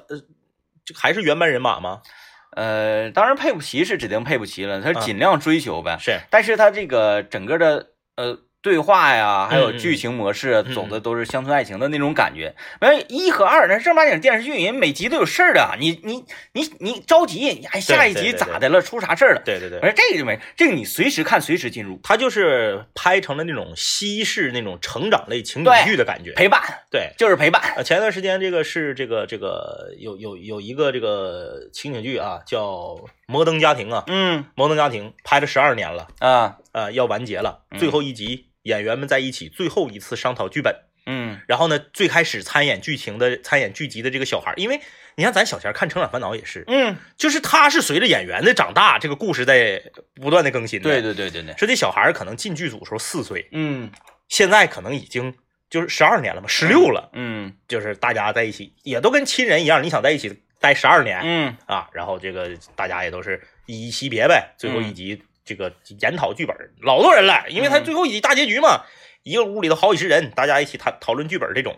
S2: 这还是原班人马吗？嗯
S1: 呃，当然佩不齐是指定佩不齐了，他尽量追求呗，
S2: 是，
S1: 但是他这个整个的呃。对话呀，还有
S2: 嗯嗯
S1: 剧情模式，
S2: 嗯
S1: 走的都是乡村爱情的那种感觉。完、一和二那是正儿八经电视剧，人每集都有事儿的，你你你你着急，你还下一
S2: 对
S1: 集
S2: 对
S1: 咋的了？出啥事儿了？
S2: 对对对，
S1: 而这个就没，这个你随时看，随时进入
S2: 他就是拍成了那种西式那种成长类情景
S1: 对
S2: 剧的感觉。
S1: 陪伴，
S2: 对，
S1: 就是陪伴。
S2: 呃，前段时间这个是这个这个有有有一个这个情景剧啊，叫《摩登家庭》啊，《
S1: 嗯
S2: 摩登家庭》拍了十二年了，
S1: 啊
S2: 呃，要完结了，
S1: 嗯
S2: 最后一集演员们在一起最后一次商讨剧本。
S1: 嗯
S2: 然后呢，最开始参演剧情的、参演剧集的这个小孩儿，因为你看咱小前儿看《成长烦恼》也是，
S1: 嗯，
S2: 就是他是随着演员的长大，这个故事在不断的更新的。
S1: 对，对对对对，
S2: 说这小孩儿可能进剧组时候四岁，
S1: 嗯
S2: 现在可能已经就是十二年了嘛，十六了，
S1: 嗯
S2: 就是大家在一起也都跟亲人一样，你想在一起待十二年
S1: 嗯
S2: 啊，然后这个大家也都是依依惜别呗。最后一集这个研讨剧本，老多人了，因为他
S1: 嗯
S2: 最后一集大结局嘛，一个屋里头好几十人，大家一起谈讨论剧本这种，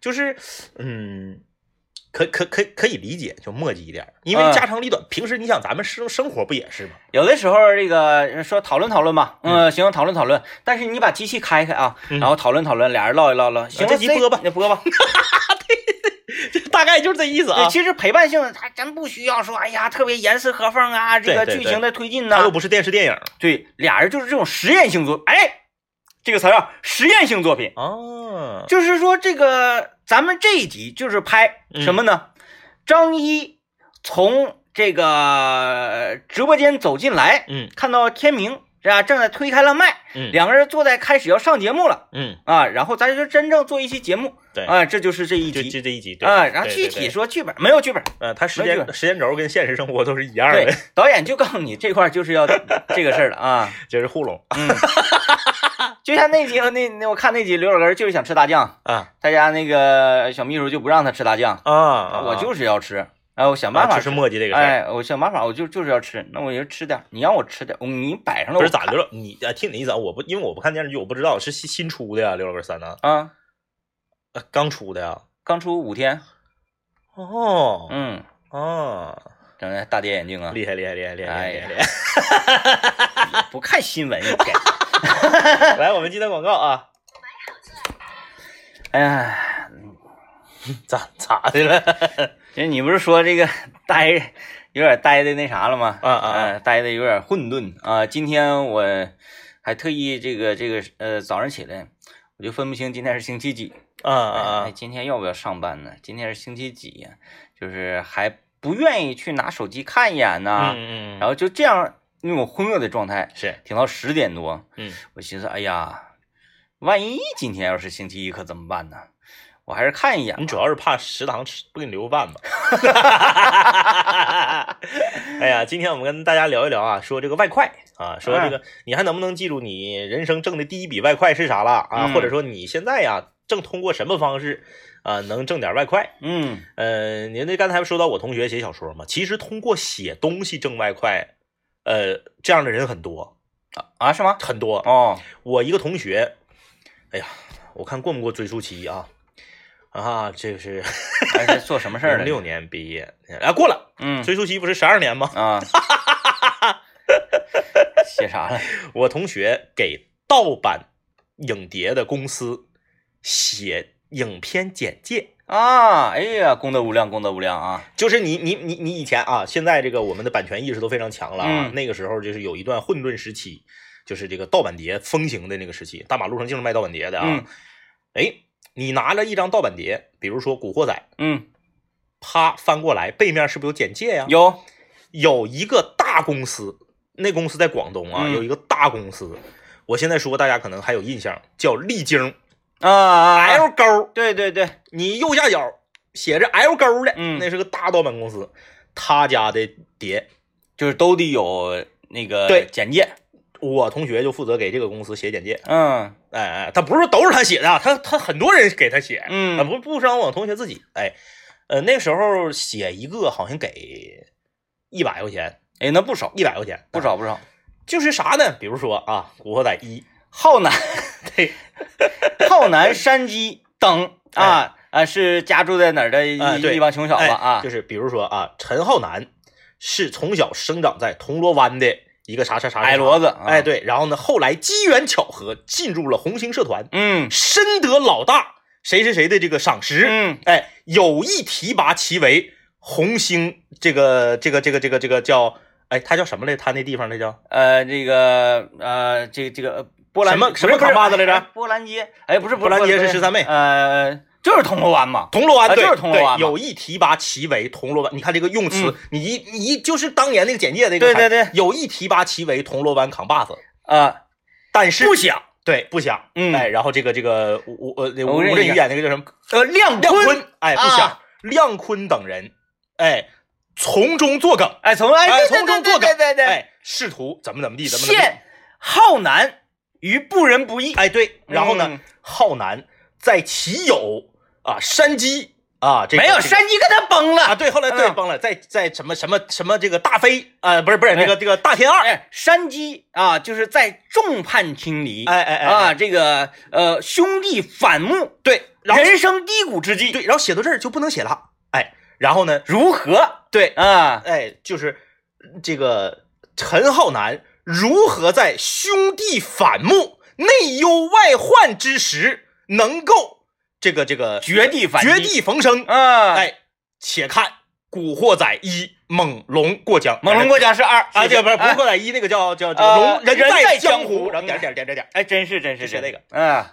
S2: 就是嗯。可可可可以理解，就墨迹一点，因为
S1: 嗯
S2: 家长里短。平时你想，咱们生生活不也是吗？
S1: 有的时候这个说讨论讨论吧，嗯，行，讨论讨论。但是你把机器开开啊，
S2: 嗯啊
S1: 然后讨论讨论，俩人唠一唠唠。行了，
S2: 这集播吧
S1: 你 播吧。
S2: 大概就是这意思
S1: 对，
S2: 啊。
S1: 其实陪伴性还真不需要说，哎呀，特别严丝合缝啊，这个
S2: 对对
S1: 剧情的推进
S2: 它又
S1: 呐。
S2: 不是电视电影
S1: 对，俩人就是这种实验性作，哎，这个词儿啊，实验性作品，
S2: 啊，
S1: 就是说这个咱们这一集就是拍
S2: 嗯
S1: 什么呢？张一从这个直播间走进来，
S2: 嗯
S1: 看到天明是吧，正在推开了麦，
S2: 嗯
S1: 两个人坐在开始要上节目了
S2: 嗯，
S1: 啊，然后咱就真正做一期节目，
S2: 对
S1: 啊，这就是这一
S2: 就
S1: 集
S2: 就这一集对
S1: 啊，然后
S2: 对
S1: 具
S2: 对对
S1: 体说剧本没有剧本，
S2: 呃，它时
S1: 没剧
S2: 间时间轴跟现实生活都是一样
S1: 对
S2: 的，，
S1: 导演就告诉你这块儿就是要这个事儿了 啊，
S2: 这是糊弄
S1: 嗯，就像那集和那那我看那集刘老根儿就是想吃大酱，
S2: 啊
S1: 他家那个小秘书就不让他吃大酱，
S2: 啊啊！
S1: 我就是要吃，哎，我想办
S2: 啊，
S1: 法
S2: 就是
S1: 吃。
S2: 墨迹这个事儿，
S1: 哎，我想办法，我就就是要吃，那我就吃点儿。你让我吃点儿，你摆上了我
S2: 不是咋
S1: 看
S2: 刘老你啊？听你的意思啊，我不因为我不看电视剧，我不知道是新新出的呀，《刘老根三》呢，
S1: 啊？
S2: 呃刚出的呀。
S1: 刚出五天，
S2: 哦
S1: 嗯，
S2: 哦，
S1: 整的大跌眼镜啊，
S2: 厉害厉害厉害厉害厉害！厉害！
S1: 不看新闻 也改。
S2: 来，我们接段广告 啊，
S1: 哎呀，
S2: 咋咋的了？
S1: 其实你不是说这个呆有点呆的那啥了吗？
S2: 啊啊啊
S1: 呃呆的有点混沌啊。今天我还特意这个这个呃早上起来。我就分不清今天是星期几
S2: 啊啊
S1: 哎，
S2: 啊！
S1: 今天要不要上班呢？今天是星期几呀？就是还不愿意去拿手机看一眼呢，
S2: 嗯嗯，
S1: 哎啊然后就这样那种昏噩的状态，
S2: 是
S1: 挺到十点多，
S2: 嗯
S1: 我寻思，哎呀，万一今天要是星期一可怎么办呢？我还是看一眼吧。
S2: 你主要是怕食堂吃不给你留饭吧？ 哎呀，今天我们跟大家聊一聊啊，说这个外快啊，说这个你还能不能记住你人生挣的第一笔外快是啥了啊？
S1: 嗯
S2: 或者说你现在呀正通过什么方式啊能挣点外快？
S1: 嗯
S2: 呃，您那刚才说到我同学写小说嘛，其实通过写东西挣外快，呃，这样的人很多
S1: 啊，是吗？
S2: 很多。
S1: 哦，
S2: 我一个同学，哎呀，我看过不过追溯期啊？啊，这是。
S1: 还是做什么事儿
S2: 零
S1: 了？
S2: 六年毕业，啊，过了，
S1: 嗯
S2: 追溯期不是十二年吗？
S1: 啊，写啥了？
S2: 我同学给盗版影碟的公司写影片简介，
S1: 啊，哎呀，功德无量，功德无量啊！
S2: 就是你你你你以前啊，现在这个我们的版权意识都非常强了啊，
S1: 嗯
S2: 那个时候就是有一段混沌时期，就是这个盗版碟风行的那个时期，大马路上净是卖盗版碟的啊
S1: 嗯。
S2: 哎，你拿着一张盗版碟，比如说《古惑仔》，
S1: 嗯，
S2: 啪翻过来，背面是不是有简介呀、
S1: 有，
S2: 有一个大公司，那公司在广东啊，
S1: 嗯
S2: 有一个大公司，我现在说大家可能还有印象，叫丽晶
S1: 啊啊，啊
S2: L 勾，
S1: 对对对，
S2: 你右下角写着 L 勾的，
S1: 嗯
S2: 那是个大盗版公司，他家的碟，
S1: 就是都得有那个
S2: 对
S1: 简介。
S2: 我同学就负责给这个公司写简介，
S1: 嗯
S2: 哎哎，他不是说都是他写的啊，他他很多人给他写，啊
S1: 嗯
S2: 不不是我同学自己，哎，呃那时候写一个好像给一百块钱，
S1: 哎，那不少，
S2: 一百块钱
S1: 不，少不少。
S2: 就是啥呢？比如说啊，《古惑仔一》。
S1: 浩 南，
S2: 对，
S1: 浩南山鸡等啊啊，是家住在哪儿的一
S2: 哎对
S1: 一帮穷小子
S2: 哎
S1: 啊
S2: 就？是比如说啊，陈浩南是从小生长在铜锣湾的一个啥啥啥啥
S1: 矮骡子啊
S2: 哎，对，然后呢，后来机缘巧合进入了红星社团，
S1: 嗯
S2: 深得老大谁谁谁的这个赏识，
S1: 嗯
S2: 哎，有意提拔其为红星这个这个这个这个这个叫哎，他叫什么来？他那地方那叫
S1: 呃，这个呃，这这个波兰
S2: 什么
S1: 不是
S2: 什么
S1: 不是
S2: 扛把子来着
S1: 哎波兰街，哎，不是
S2: 波兰街是
S1: 不
S2: 13妹
S1: 呃，就是铜锣湾嘛。
S2: 铜锣湾，
S1: 啊
S2: 对
S1: 就是铜锣湾嘛
S2: 对有意提拔其为铜锣湾。你看这个用词，
S1: 嗯
S2: 你一你一就是当年那个简介那个
S1: 对对
S2: 啥，
S1: 对
S2: 有意提拔其为铜锣湾扛把子。
S1: 啊，
S2: 但是
S1: 不想
S2: 对不想，
S1: 嗯
S2: 哎，然后这个这个吴吴呃那
S1: 吴
S2: 吴
S1: 镇
S2: 镇宇
S1: 宇
S2: 演那个叫什么？
S1: 呃，亮
S2: 亮
S1: 坤，
S2: 坤，哎，不
S1: 啊
S2: 想，亮坤等人，哎，从中作梗，
S1: 哎，从哎对
S2: 从
S1: 对
S2: 中
S1: 对
S2: 作梗
S1: 对对对，对，
S2: 哎，试图怎么怎么地，怎么怎么地，哎
S1: 陷浩南于不仁不义。
S2: 哎，对，然后呢
S1: 嗯，
S2: 浩南在其友啊山鸡啊，这个
S1: 没有
S2: 这个
S1: 山鸡跟他崩
S2: 啊，
S1: 了。
S2: 对，后来对
S1: 嗯
S2: 崩了，在在什么什么什么这个大飞啊，不是不是
S1: 哎
S2: 那个这个大天二，
S1: 哎，山鸡啊，就是在众叛亲离，
S2: 哎哎哎
S1: 啊，这个呃兄弟反目，
S2: 对，然后
S1: 人生低谷之际，
S2: 对，然后写到这儿就不能写了，哎，然后呢，
S1: 如何
S2: 对，
S1: 啊？
S2: 哎，就是这个陈浩南如何在兄弟反目、内忧外患之时，能够这个这个
S1: 绝地反击
S2: 绝地逢生，
S1: 啊，，
S2: 哎，且看《古惑仔一》猛龙过江，
S1: 猛龙过江是二
S2: 啊，
S1: 这
S2: 这不是《古
S1: 哎
S2: 惑仔一》那个叫叫叫
S1: 呃
S2: 龙人
S1: 人在
S2: 江
S1: 江
S2: 湖，
S1: 湖
S2: 然后点儿点儿点儿点儿点儿，
S1: 哎，真是真是
S2: 就写
S1: 真
S2: 那
S1: 是
S2: 个，
S1: 嗯，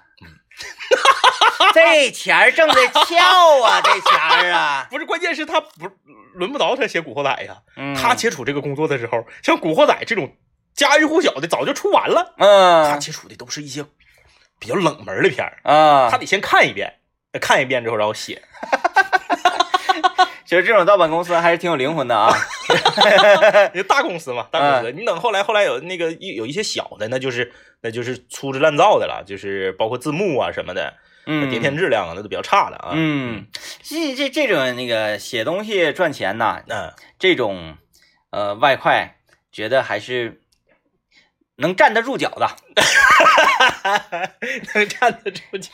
S1: 这钱儿挣的翘啊，这钱儿啊，
S2: 不是，关键是他不轮不着他写《古惑仔》呀。
S1: 嗯
S2: 他接触这个工作的时候，像《古惑仔》这种家喻户晓的早就出完了，他
S1: 嗯
S2: 接触的都是一些比较冷门的片儿，
S1: 啊，
S2: 他得先看一遍，呃看一遍之后然后写。
S1: 其实这种盗版公司还是挺有灵魂的 啊，
S2: 因哎为大公司嘛，大公司，你等后来后来有那个一有一些小的，那就是那就是粗制滥造的了，就是包括字幕啊什么的，
S1: 嗯，
S2: 碟片质量啊那都比较差了啊。
S1: 嗯，这这这种那个写东西赚钱呐、
S2: 嗯，
S1: 这种呃外快，觉得还是能站得住脚的，
S2: 能站得住脚，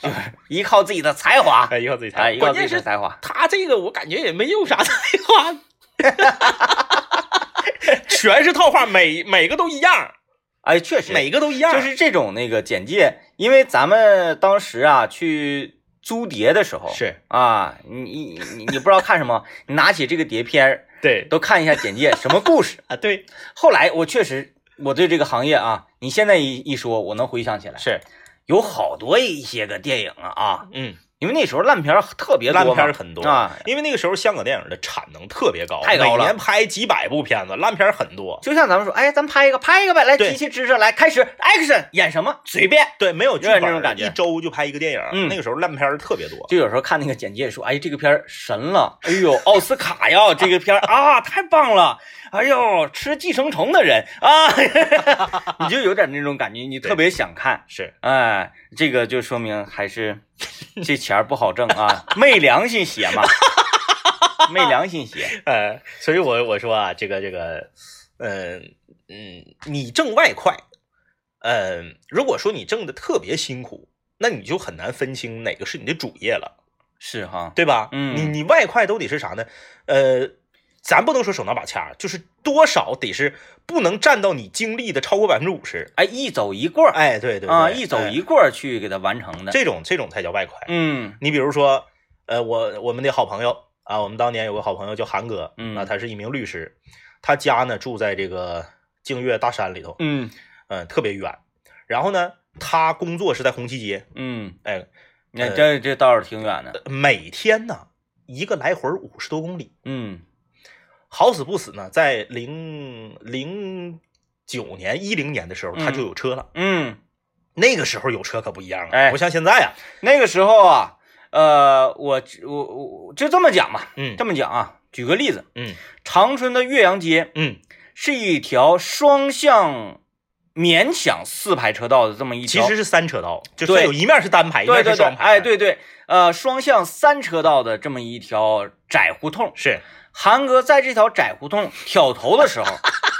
S1: 依靠自己的才华，
S2: 哎，以后自己
S1: 哎，
S2: 猜。
S1: 依靠
S2: 关
S1: 自
S2: 键
S1: 己的
S2: 是
S1: 才华，
S2: 他这个我感觉也没用啥才华， 全是套话，每每个都一样，
S1: 哎，确实，
S2: 每个都一样，
S1: 就是这种那个简介，因为咱们当时啊去租碟的时候
S2: 是
S1: 啊，你你你你不知道看什么，你拿起这个碟片儿
S2: 对
S1: 都看一下简介，什么故事。
S2: 啊，对
S1: 后来我确实我对这个行业啊，你现在一一说，我能回想起来，
S2: 是，
S1: 有好多一些个电影啊啊，
S2: 嗯，
S1: 因为那时候烂片儿特别多
S2: 烂
S1: 嘛
S2: 片儿很多
S1: 啊，
S2: 因为那个时候香港电影的产能特别高，
S1: 太高了
S2: 每年拍几百部片子，烂片儿很多，
S1: 就像咱们说，哎，咱拍一个，拍一个呗，来，
S2: 对
S1: 机器支持，来开始，action，演什么随便。
S2: 对，没有剧
S1: 有点
S2: 本
S1: 那种
S2: 的
S1: 感觉
S2: 一周就拍一个电影，
S1: 嗯
S2: 那个时候烂片儿特别多，
S1: 就有时候看那个简介说，哎，这个片儿神了，哎呦，奥斯卡呀，这个片儿啊，太棒了，哎呦，吃寄生虫的人啊， 你就有点那种感觉，你特别想看，
S2: 是
S1: 哎，这个就说明还是这钱儿不好挣啊，昧良心写嘛，昧良心写，
S2: 呃，所以我我说啊，这个这个，嗯、嗯，你挣外快，嗯、如果说你挣的特别辛苦，那你就很难分清哪个是你的主业了，
S1: 是哈，
S2: 对吧？
S1: 嗯
S2: 你你外快都得是啥呢？呃，咱不能说手拿把掐，就是多少得是不能占到你精力的超过百分之五十。
S1: 哎，一走一过儿
S2: 哎，对对对
S1: 啊，一走
S2: 哎
S1: 一过儿去给它完成的，
S2: 这种这种才叫外快。
S1: 嗯
S2: 你比如说，呃，我我们的好朋友啊，我们当年有个好朋友叫韩哥，
S1: 嗯
S2: 啊，他是一名律师，他家呢住在这个净月大山里头，
S1: 嗯
S2: 嗯、特别远。然后呢，他工作是在红旗街，
S1: 嗯，
S2: 哎，
S1: 那这这倒是挺远
S2: 呃
S1: 的，
S2: 每天呢一个来回五十多公里，
S1: 嗯
S2: 好死不死呢，在零零九年、一零年的时候，他就有车了。
S1: 嗯。
S2: 那个时候有车可不一样了，
S1: 哎
S2: 不像现在啊，
S1: 那个时候啊，呃，我我我就这么讲吧，
S2: 嗯
S1: 这么讲啊，举个例子，
S2: 嗯
S1: 长春的岳阳街
S2: 嗯，
S1: 是一条双向勉强四排车道的这么一
S2: 其
S1: 条，
S2: 实是三车道，就是它
S1: 对
S2: 有一面是单排，一
S1: 对
S2: 面
S1: 对
S2: 是
S1: 对
S2: 双，排，啊
S1: 哎，对对，呃，双向三车道的这么一条窄胡同，
S2: 是，哎
S1: 韩哥在这条窄胡同挑头的 时候，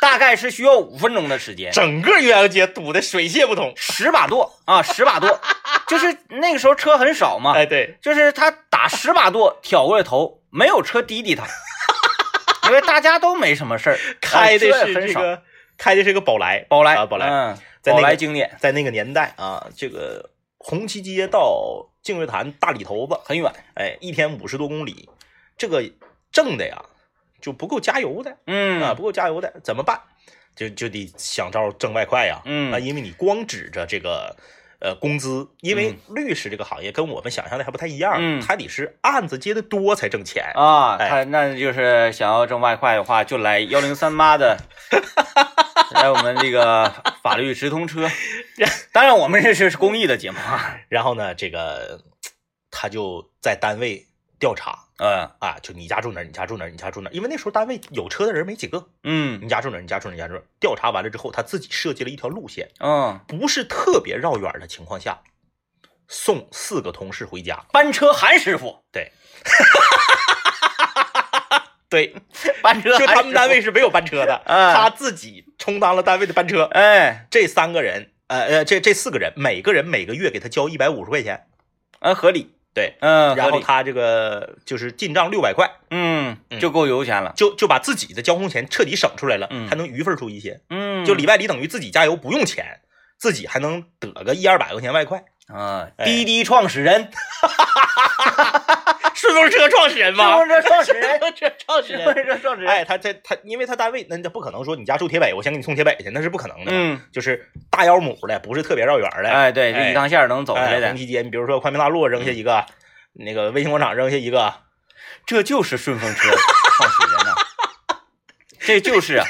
S1: 大概是需要五分钟的时间，
S2: 整个岳阳街堵得水泄不通。
S1: 十把舵啊，十把舵，就是那个时候车很少嘛，
S2: 哎，对，
S1: 就是他打十把舵挑过来头，没有车滴滴他，因为大家都没什么事儿，
S2: 开的
S1: 呃车
S2: 是
S1: 也很
S2: 这
S1: 少。
S2: 个，开的是个宝来，
S1: 宝来，
S2: 啊，宝来，
S1: 嗯，
S2: 在
S1: 宝
S2: 那个
S1: 来经典，
S2: 在那个年代啊，这个红旗街到净月潭大里头子，
S1: 很远。
S2: 哎，一天五十多公里，这个挣的呀就不够加油的啊，
S1: 嗯
S2: 不够加油的怎么办？就就得想招挣外快呀，
S1: 嗯
S2: 啊，因为你光指着这个。呃，工资，因为
S1: 嗯
S2: 律师这个行业跟我们想象的还不太一样，
S1: 嗯
S2: 他得是案子接的多才挣钱。
S1: 啊，
S2: 哎
S1: 他那就是想要挣外快的话，就来幺零三八 的，来我们这个法律直通 车。当然，我们这是公益的节目啊。
S2: 然后呢，这个他就在单位调查
S1: 嗯
S2: 啊，就你家住哪儿，你家住哪儿，你家住哪儿，因为那时候单位有车的人没几个，
S1: 嗯
S2: 你家住哪儿，你家住哪儿，你家住哪儿。调查完了之后，他自己设计了一条路线，
S1: 嗯
S2: 不是特别绕远儿的情况下，送四个同事回家。
S1: 班车韩师傅，
S2: 对，对，
S1: 班车
S2: 就
S1: 韩
S2: 他们
S1: 师
S2: 单
S1: 傅
S2: 位是没有班车的，
S1: 啊
S2: 他自己充当了单位的班车。
S1: 哎，
S2: 这三个人，呃呃，这这四个人，每个人每个月给他交一百五十块钱，
S1: 嗯，合理，
S2: 对，
S1: 嗯，
S2: 然
S1: 合
S2: 后
S1: 理
S2: 他这个就是进账六百块，
S1: 嗯
S2: 嗯，
S1: 就够油钱了，
S2: 就就把自己的交通钱彻底省出来了，
S1: 嗯
S2: 还能余份出一些，
S1: 嗯，
S2: 就里外里等于自己加油不用钱，自己还能得个一二百块钱外快，
S1: 啊，
S2: 哎
S1: 滴滴创始人，啊
S2: 顺风车创始人吗？
S1: 这创始 人，
S2: 风车创
S1: 哎是不是这创始人？
S2: 哎，他这他，因为他单位那那不可能说你家住铁北，我先给你送铁北去，那是不可能的。
S1: 嗯，
S2: 就是大腰母的，不是特别绕远的。
S1: 哎，对，
S2: 哎
S1: 这一趟线儿能走
S2: 走
S1: 下来
S2: 红
S1: 的，嗯
S2: 旗街，你比如说宽平大路扔下一个，那个卫星广场扔下一个，
S1: 这就是顺风车创始 人呐、啊这就是啊，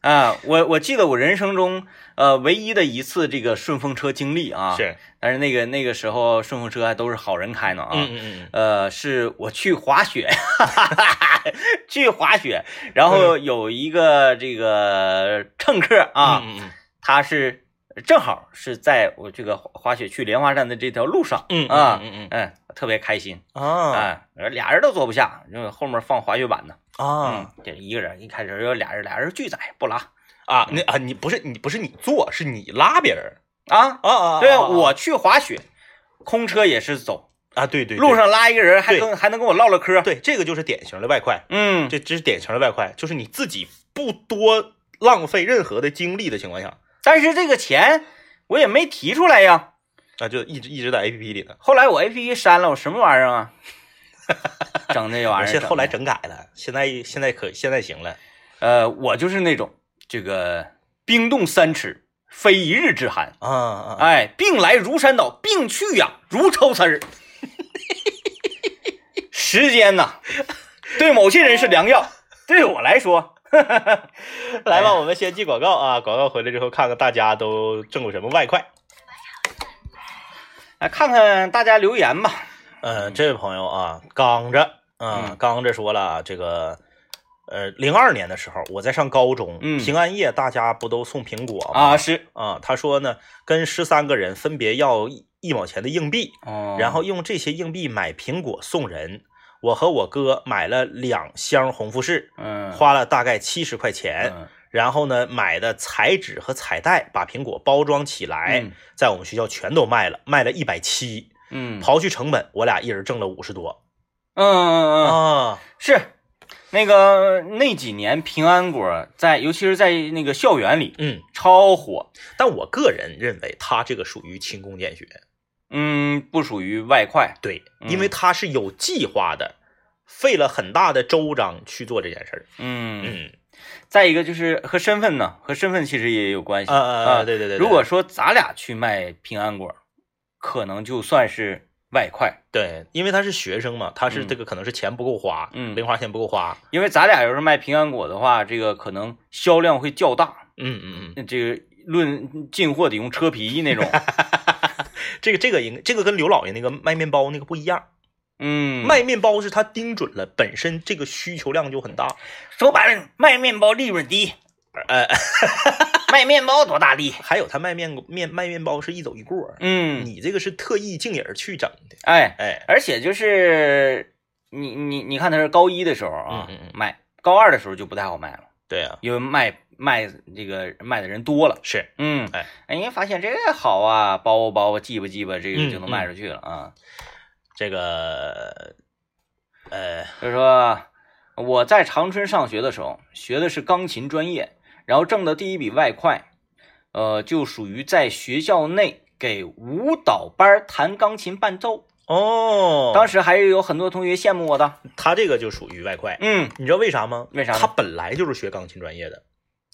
S1: 啊，我我记得我人生中呃唯一的一次这个顺风车经历啊，，
S2: 是，
S1: 但是那个那个时候顺风车还都是好人开呢啊。
S2: 嗯嗯
S1: 呃，是我去滑雪， 去滑雪，然后有一个这个乘客
S2: 嗯
S1: 啊，
S2: 嗯嗯
S1: 他是正好是在我这个滑滑雪去莲花站的这条路上，
S2: 嗯
S1: 啊，
S2: 嗯嗯
S1: 嗯，特别开心，
S2: 嗯啊
S1: 哎，俩人都坐不下，因为后面放滑雪板呢，
S2: 啊
S1: 嗯，这一个人一开始有俩人，俩人拒载不拉
S2: 啊，那啊你不是你不是你做，是你拉别人
S1: 啊，
S2: 啊啊，
S1: 对啊，
S2: 啊啊
S1: 我去滑雪，空车也是走，
S2: 啊对对对
S1: 路上拉一个人还
S2: 对
S1: 跟还能跟我唠唠嗑，
S2: 对这个就是典型的外快，
S1: 嗯，
S2: 这这是典型的外快，就是你自己不多浪费任何的精力的情况下，
S1: 但是这个钱我也没提出来呀。
S2: 啊就一直一直在 A P P 里呢。
S1: 后来我 A P P 删了，我什么玩意儿 啊？整这玩意
S2: 而
S1: 儿
S2: 且
S1: 整的，
S2: 后来整改了，现在现在可现在行了。
S1: 呃，我就是那种这个冰冻三尺，非一日之寒。
S2: 啊啊啊！
S1: 哎，病来如山倒，病去呀、如抽 丝儿。时间呐，对某些人是良 药，对我来说，
S2: 来吧，我们先进广告啊！广告回来之后，看看大家都挣过什么外快。
S1: 来看看大家留言吧。
S2: 呃，这位朋友啊，刚着，嗯，
S1: 嗯
S2: 刚着说了啊这个，呃，零二年的时候，我在上高中，
S1: 嗯
S2: 平安夜大家不都送苹果吗？
S1: 啊，是，
S2: 啊，他说呢，跟十三个人分别要一一毛钱的硬币，
S1: 哦
S2: 然后用这些硬币买苹果送人。我和我哥买了两箱红富士，
S1: 嗯，
S2: 花了大概七十块钱。
S1: 嗯
S2: 然后呢，买的彩纸和彩带，把苹果包装起来，
S1: 嗯
S2: 在我们学校全都卖了，卖了一百七，
S1: 嗯
S2: 刨去成本，我俩一人挣了五十多
S1: 嗯嗯嗯，
S2: 啊。
S1: 是，那个那几年平安果在，尤其是在那个校园里
S2: 嗯，
S1: 超火。
S2: 但我个人认为他这个属于勤工俭学，
S1: 嗯，不属于外快。
S2: 对，因为他是有计划的，费了很大的周章去做这件事儿。
S1: 嗯，
S2: 嗯
S1: 再一个就是和身份呢，和身份其实也有关系
S2: 啊啊啊！
S1: 啊。
S2: 对对对，对
S1: 如果说咱俩去卖平安果，可能就算是外快，
S2: 对，因为他是学生嘛，他是
S1: 嗯
S2: 这个可能是钱不够花，
S1: 嗯
S2: 零花钱不够花，
S1: 因为咱俩要是卖平安果的话，这个可能销量会较大。
S2: 嗯嗯嗯，
S1: 那这个论进货得用车皮 那种。
S2: 这个这个应这个跟刘老爷那个卖面包那个不一样。
S1: 嗯，
S2: 卖面包是他盯准了，本身这个需求量就很大。
S1: 说白了，卖面包利润低，
S2: 呃，
S1: 卖面包多大利？
S2: 还有他卖面面卖面包是一走一过儿，
S1: 嗯，
S2: 你这个是特意净影儿去整的。
S1: 哎，
S2: 哎，
S1: 而且就是你你你看他是高一的时候啊
S2: 嗯嗯嗯
S1: 卖，高二的时候就不太好卖了，
S2: 对呀、啊，
S1: 因为卖卖这个卖的人多了。
S2: 是
S1: 嗯，
S2: 哎，
S1: 人家发现这个好啊，包吧包吧，记吧记吧，这
S2: 嗯
S1: 个就能
S2: 嗯
S1: 卖出去了啊。
S2: 这个，呃，
S1: 所以说我在长春上学的时候学的是钢琴专业，然后挣的第一笔外快，呃，就属于在学校内给舞蹈班弹钢琴伴奏。
S2: 哦，
S1: 当时还是有很多同学羡慕我的。
S2: 他这个就属于外快，
S1: 嗯
S2: 你知道为啥吗？
S1: 为啥呢
S2: 他本来就是学钢琴专业的，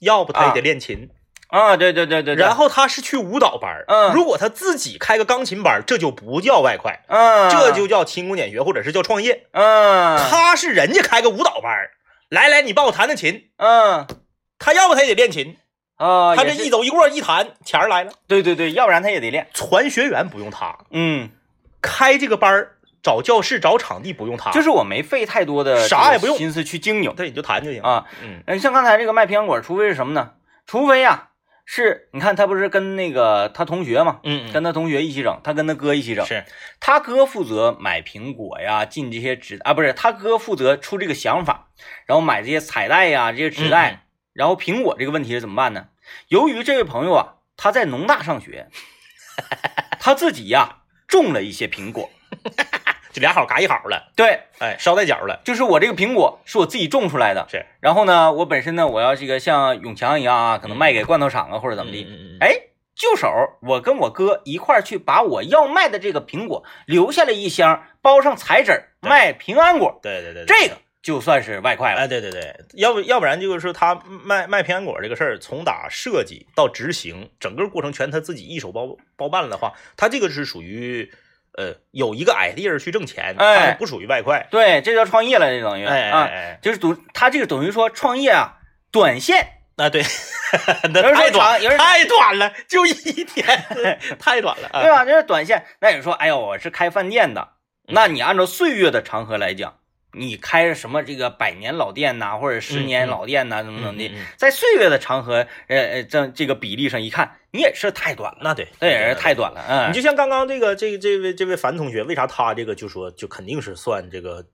S2: 要不他也得
S1: 啊
S2: 练琴，
S1: 啊，对对对对对。
S2: 然后他是去舞蹈班儿。
S1: 嗯
S2: 如果他自己开个钢琴班儿，这就不叫外快，
S1: 嗯，
S2: 这就叫勤工俭学，或者是叫创业。
S1: 嗯
S2: 他是人家开个舞蹈班儿，来来，你帮我弹弹琴。
S1: 嗯
S2: 他要不他也得练琴，
S1: 啊，
S2: 他
S1: 也
S2: 这
S1: 是
S2: 一走一过一弹，钱儿来了。
S1: 对对对，要不然他也得练。
S2: 传学员不用他，
S1: 嗯，
S2: 开这个班儿找教室找场地不用他，
S1: 就是是我没费太多的
S2: 啥
S1: 这个
S2: 也不用
S1: 心思去经营
S2: 对你就弹就行。
S1: 啊。
S2: 嗯
S1: 嗯，像刚才这个卖苹果，除非是什么呢？除非呀、是你看他不是跟那个他同学嘛，
S2: 嗯
S1: 跟他同学一起整，他跟他哥一起整，
S2: 是
S1: 他哥负责买苹果呀，进这些纸啊，不是他哥负责出这个想法，然后买这些彩带呀，这些纸带，
S2: 嗯嗯
S1: 然后苹果这个问题是怎么办呢？由于这位朋友啊，他在农大上 学，他自己呀、种了一些苹果，
S2: 就俩好嘎一好了，
S1: 对，
S2: 哎，捎带脚了，
S1: 就是我这个苹果是我自己种出来的，
S2: 是
S1: 然后呢，我本身呢，我要这个像永强一样啊，可
S2: 嗯
S1: 能卖给罐头厂啊或者怎么地，
S2: 嗯嗯嗯
S1: 哎。就手，我跟我哥一块儿去把我要卖的这个苹果留下了一箱，包上彩纸儿
S2: 对
S1: 卖平安果，
S2: 对对对，对
S1: 这个就算是外快了。
S2: 哎，对对对，要不要不然就是说他卖卖平安果这个事儿，从打设计到执行，整个过程全他自己一手包包办了的话，他这个是属于呃有一个 idea 去挣钱，
S1: 哎
S2: 但是不属于外快，
S1: 对，这叫创业了，这等于、
S2: 哎哎
S1: 啊，
S2: 哎，
S1: 就是等他这个等于说创业啊，短线
S2: 那啊对，
S1: 有人
S2: 那
S1: 说
S2: 太短
S1: 长有人
S2: 太短了，就一天， 太短了
S1: 对
S2: 啊，
S1: 吧？这是短线。那你说，哎呦，我是开饭店的，
S2: 嗯
S1: 那你按照岁月的长河来讲，你开什么这个百年老店呐、或者十年
S2: 嗯嗯
S1: 老店呐、怎么怎么
S2: 嗯
S1: 的
S2: 嗯嗯，
S1: 在岁月的长河，呃呃，这这个比例上一看，你也是太短了，
S2: 那对，
S1: 这也
S2: 那
S1: 是
S2: 对
S1: 太短了，嗯，
S2: 哎你就像刚刚这个这个这位这位樊同学，为啥他这个就说就肯定是算这个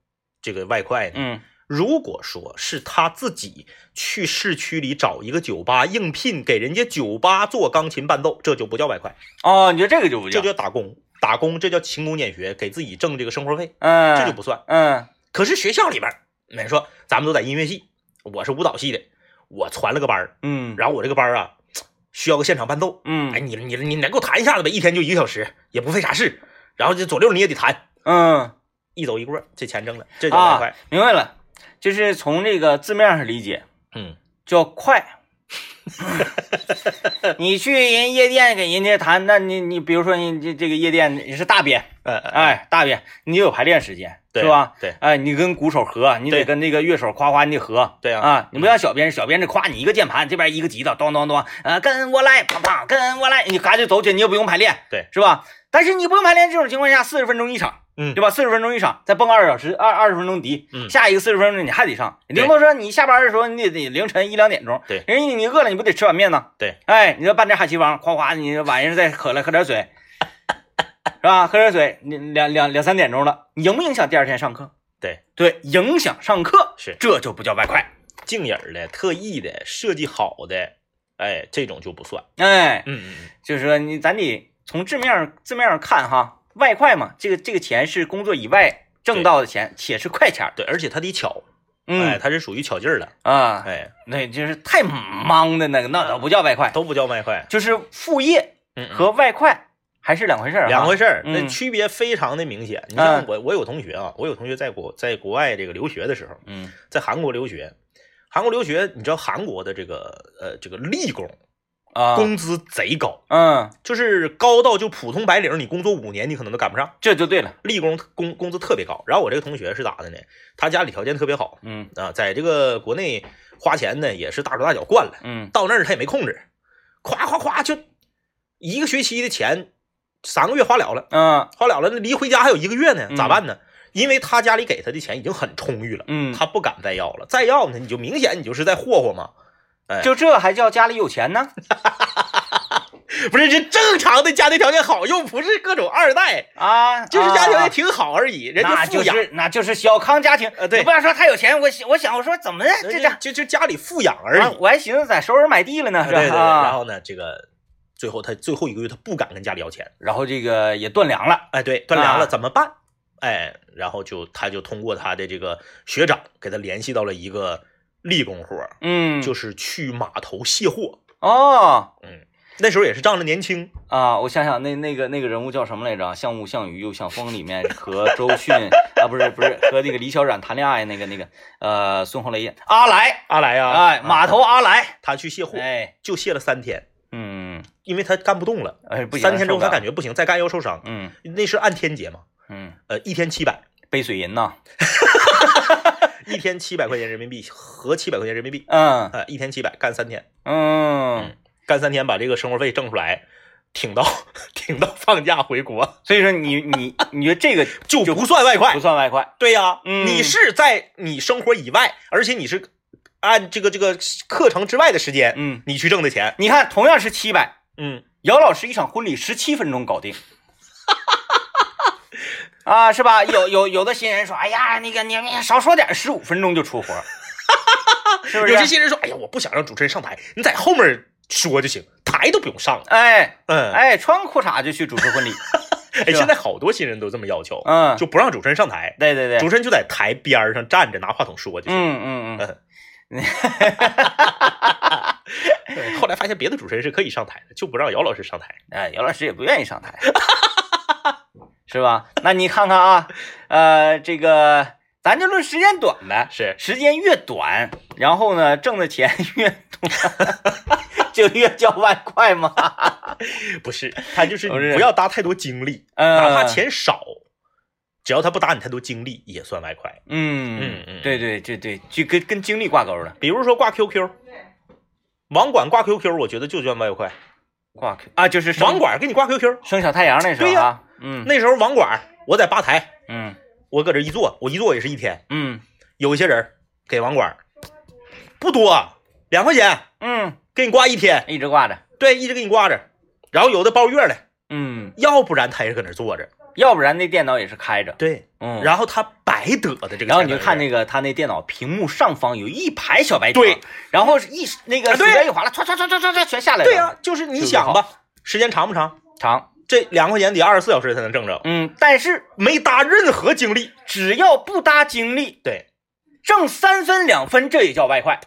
S2: 这个外快呢？
S1: 嗯
S2: 如果说是他自己去市区里找一个酒吧应聘，给人家酒吧做钢琴伴奏，这就不叫外快，
S1: 哦，你说这个就不
S2: 这
S1: 叫，
S2: 叫打工。打工这叫勤工俭学，给自己挣这个生活费，
S1: 嗯，
S2: 这就不算。
S1: 嗯
S2: 可是学校里边儿，你说咱们都在音乐系，我是舞蹈系的，我传了个班儿，
S1: 嗯，
S2: 然后我这个班儿啊，需要个现场伴奏，哎，
S1: 嗯
S2: 你你你能够弹一下子呗，一天就一个小时，也不费啥事，然后这左六你也得弹，
S1: 嗯。
S2: 一走一过，这钱挣了，这叫外
S1: 啊
S2: 快。，
S1: 明白了，就是从这个字面上理解
S2: 嗯，
S1: 叫 快。你去人夜店给人家谈，那你你比如说你这这个夜店你是大编，
S2: 呃，呃
S1: 哎，大编你有排练时间
S2: 对
S1: 是吧？
S2: 对
S1: 哎，你跟鼓手合，你得
S2: 对
S1: 跟那个乐手夸夸，你得合。
S2: 对啊
S1: 啊，你不像小编，小编是夸你一个键盘，这边一个吉他，咚咚咚，啊，跟我来，啪啪，跟我来，你嘎就走起，你也不用排练，
S2: 对，
S1: 是吧？但是你不用排练，这种情况下，四十分钟一场，
S2: 嗯
S1: 对吧？四十分钟一场，再蹦二十小时，二二十分钟笛，
S2: 嗯
S1: 下一个四十分钟你还得上。
S2: 对
S1: 人不说你下班的时候你得得凌晨一两点钟，
S2: 对
S1: 人家你饿了你不得吃碗面呢？
S2: 对，
S1: 哎，你再拌点海奇王，夸夸，你晚上再渴了喝点水，是吧？喝点水，你两两两三点钟了，你影不影响第二天上课？
S2: 对
S1: 对，影响上课
S2: 是
S1: 这就不叫外快，
S2: 静影儿的、特意的、设计好的，哎，这种就不算。
S1: 哎，
S2: 嗯嗯
S1: 就是说你咱得从字面儿字面上看哈，外快嘛，这个这个钱是工作以外挣到的钱，且是快钱儿，
S2: 对，而且他得巧，哎，
S1: 嗯
S2: 他是属于巧劲儿了，
S1: 啊，
S2: 哎，
S1: 那就是太忙的那个，那倒不叫外快，
S2: 都不叫卖快，
S1: 就是副业
S2: 嗯嗯
S1: 和外快还是两回事儿、啊，
S2: 两回事儿，
S1: 嗯
S2: 那区别非常的明显。你
S1: 嗯
S2: 像我，我有同学啊，我有同学在国在国外这个留学的时候，
S1: 嗯
S2: 在韩国留学，韩国留学，你知道韩国的这个呃这个立工
S1: 啊，
S2: 工资贼高，
S1: 嗯，
S2: 就是高到就普通白领，你工作五年你可能都赶不上。
S1: 这就对了，
S2: 立工工工资特别高，然后我这个同学是咋的呢？他家里条件特别好，
S1: 嗯
S2: 啊，在这个国内花钱呢也是大手大脚惯了，
S1: 嗯
S2: 到那儿他也没控制，夸夸夸就一个学期的钱，三个月花了了，
S1: 啊
S2: 花了了，那离回家还有一个月呢，
S1: 嗯
S2: 咋办呢？因为他家里给他的钱已经很充裕了，
S1: 嗯，
S2: 他不敢再要了，再要呢你就明显你就是在霍霍嘛，
S1: 就这还叫家里有钱呢？
S2: 不是这正常的家庭条件好，又不是各种二代，
S1: 啊，
S2: 就是家庭条
S1: 啊
S2: 件挺好而已，人家
S1: 那
S2: 富
S1: 就
S2: 养。
S1: 是那就是小康家庭，
S2: 呃对呃
S1: 你不要说他有钱，我想我想我说怎么的这家，
S2: 就就家里富养而
S1: 啊
S2: 已，
S1: 我还寻思在首尔买地了呢，
S2: 啊
S1: 是
S2: 对对对，
S1: 吧？
S2: 然
S1: 啊，
S2: 后呢，这个最后他最后一个月他不敢跟家里要钱，
S1: 然后这个也断粮了，
S2: 哎，对，断粮
S1: 啊
S2: 了怎么办？哎，然后就他就通过他的这个学长给他联系到了一个立工活儿，
S1: 嗯，
S2: 就是去码头卸货。
S1: 哦
S2: 嗯，那时候也是仗着年轻，
S1: 啊，我想想那那个那个人物叫什么来着？像雾像雨又像风里面和周 迅啊，不是不是和那个李小冉谈恋爱那个那个呃孙红雷演阿来，
S2: 阿来呀、啊
S1: 哎，码头阿来，
S2: 他去卸货，
S1: 哎，
S2: 就卸了三天，
S1: 嗯，
S2: 因为他干不动了。
S1: 哎不行，
S2: 三天之后他感
S1: 觉，
S2: 觉不行，再干要受伤。
S1: 嗯
S2: 那是按天结嘛，
S1: 嗯，
S2: 呃，一天 七百，
S1: 背水银呐，
S2: 一天七百块钱人民币合七百块钱人民币，
S1: 嗯
S2: 啊、一天七百干三天。
S1: 嗯。
S2: 干三天把这个生活费挣出来，挺到 挺到放假回国
S1: 所以说你你你觉得这个
S2: 就不算外
S1: 不
S2: 快。
S1: 算外快？
S2: 对呀、
S1: 嗯
S2: 你是在你生活以外，而且你是按这个这个课程之外的时间，
S1: 嗯，
S2: 你去挣的钱，
S1: 你看，同样是七百，
S2: 嗯，
S1: 姚老师一场婚礼十七分钟搞定， 啊，是吧？有有有的新人说，哎呀，那个你你少说点，十五分钟就出活， 是不
S2: 有些
S1: 是？
S2: 新人说，哎呀，我不想让主持人上台，你在后面说就行，台都不用上了。
S1: 哎
S2: 嗯，哎
S1: 哎，穿裤衩就去主持 婚礼，
S2: 哎，现在好多新人都这么要求，
S1: 嗯，
S2: 就不让主持人上台，
S1: 对对对，
S2: 主持人就在台边儿上站着拿话筒说就行。
S1: 嗯嗯嗯，
S2: 对哎后来发现别的主持人是可以上台的，就不让姚老师上台。
S1: 哎，姚老师也不愿意上台，是吧？那你看看啊，呃，这个咱就论时间短呗，
S2: 是，
S1: 时间越短，然后呢，挣的钱 越多，就越叫外快嘛。
S2: 不是他就是
S1: 不是
S2: 你不要搭太多精力，
S1: 呃，
S2: 哪怕，钱少，只要他不搭你太多精力，也算外快。
S1: 嗯
S2: 嗯嗯
S1: 对对对对，就跟跟精力挂钩了，
S2: 比如说挂 QQ，网管挂 QQ，我觉得就算外快。
S1: 挂钩啊，就是生
S2: 网管给你挂 QQ，
S1: 生小太阳那时候
S2: 对呀
S1: 啊，嗯
S2: 那时候网管我在吧台，
S1: 嗯
S2: 我搁这一坐，我一坐也是一天。
S1: 嗯
S2: 有一些人给网管不多，两块钱
S1: 嗯，
S2: 给你挂一天，
S1: 一直挂着，
S2: 对，一直给你挂着。然后有的包月了，
S1: 嗯，
S2: 要不然他也搁那坐着，
S1: 要不然那电脑也是开着，
S2: 对，
S1: 嗯，
S2: 然后他白得的这个钱在这儿。
S1: 然后你就看那个他那电脑屏幕上方有一排小白条，
S2: 对，
S1: 然后是一那个
S2: 啊
S1: 鼠
S2: 对
S1: 标一划拉，唰唰唰唰唰唰全下来了。
S2: 对呀、就是你想
S1: 就
S2: 吧，时间长不长？
S1: 长，
S2: 这两块钱得二十四小时才能挣着，
S1: 嗯，但是
S2: 没搭任何精力。
S1: 只要不搭精力，
S2: 对，
S1: 挣三分两分，这也叫外快。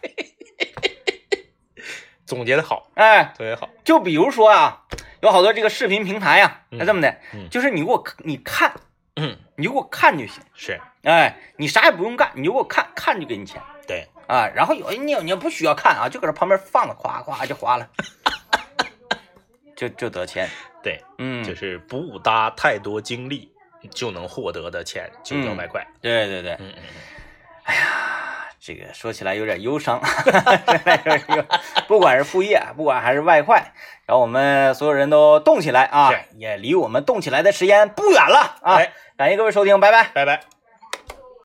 S2: 总结的好，
S1: 哎，
S2: 特别好。
S1: 就比如说啊，有好多这个视频平台啊，
S2: 嗯
S1: 它这么的，
S2: 嗯
S1: 就是你给我你看，
S2: 嗯，
S1: 你就给我看就行。
S2: 是
S1: 哎，你啥也不用干，你就给我看看就给你钱
S2: 对，
S1: 啊。然后有你你不需要看啊，就搁这旁边放着，夸夸就花了， 就就得钱。
S2: 对，
S1: 嗯，
S2: 就是不搭太多精力就能获得的钱
S1: 嗯
S2: 就叫外快。
S1: 对对对，
S2: 嗯嗯
S1: 这个说起来有点忧伤， 真的有点忧。不管是副业，不管还是外快，然后我们所有人都动起来啊
S2: 是，
S1: 也离我们动起来的时间不远了啊！
S2: 哎
S1: 感谢各位收听，拜拜。
S2: 拜拜。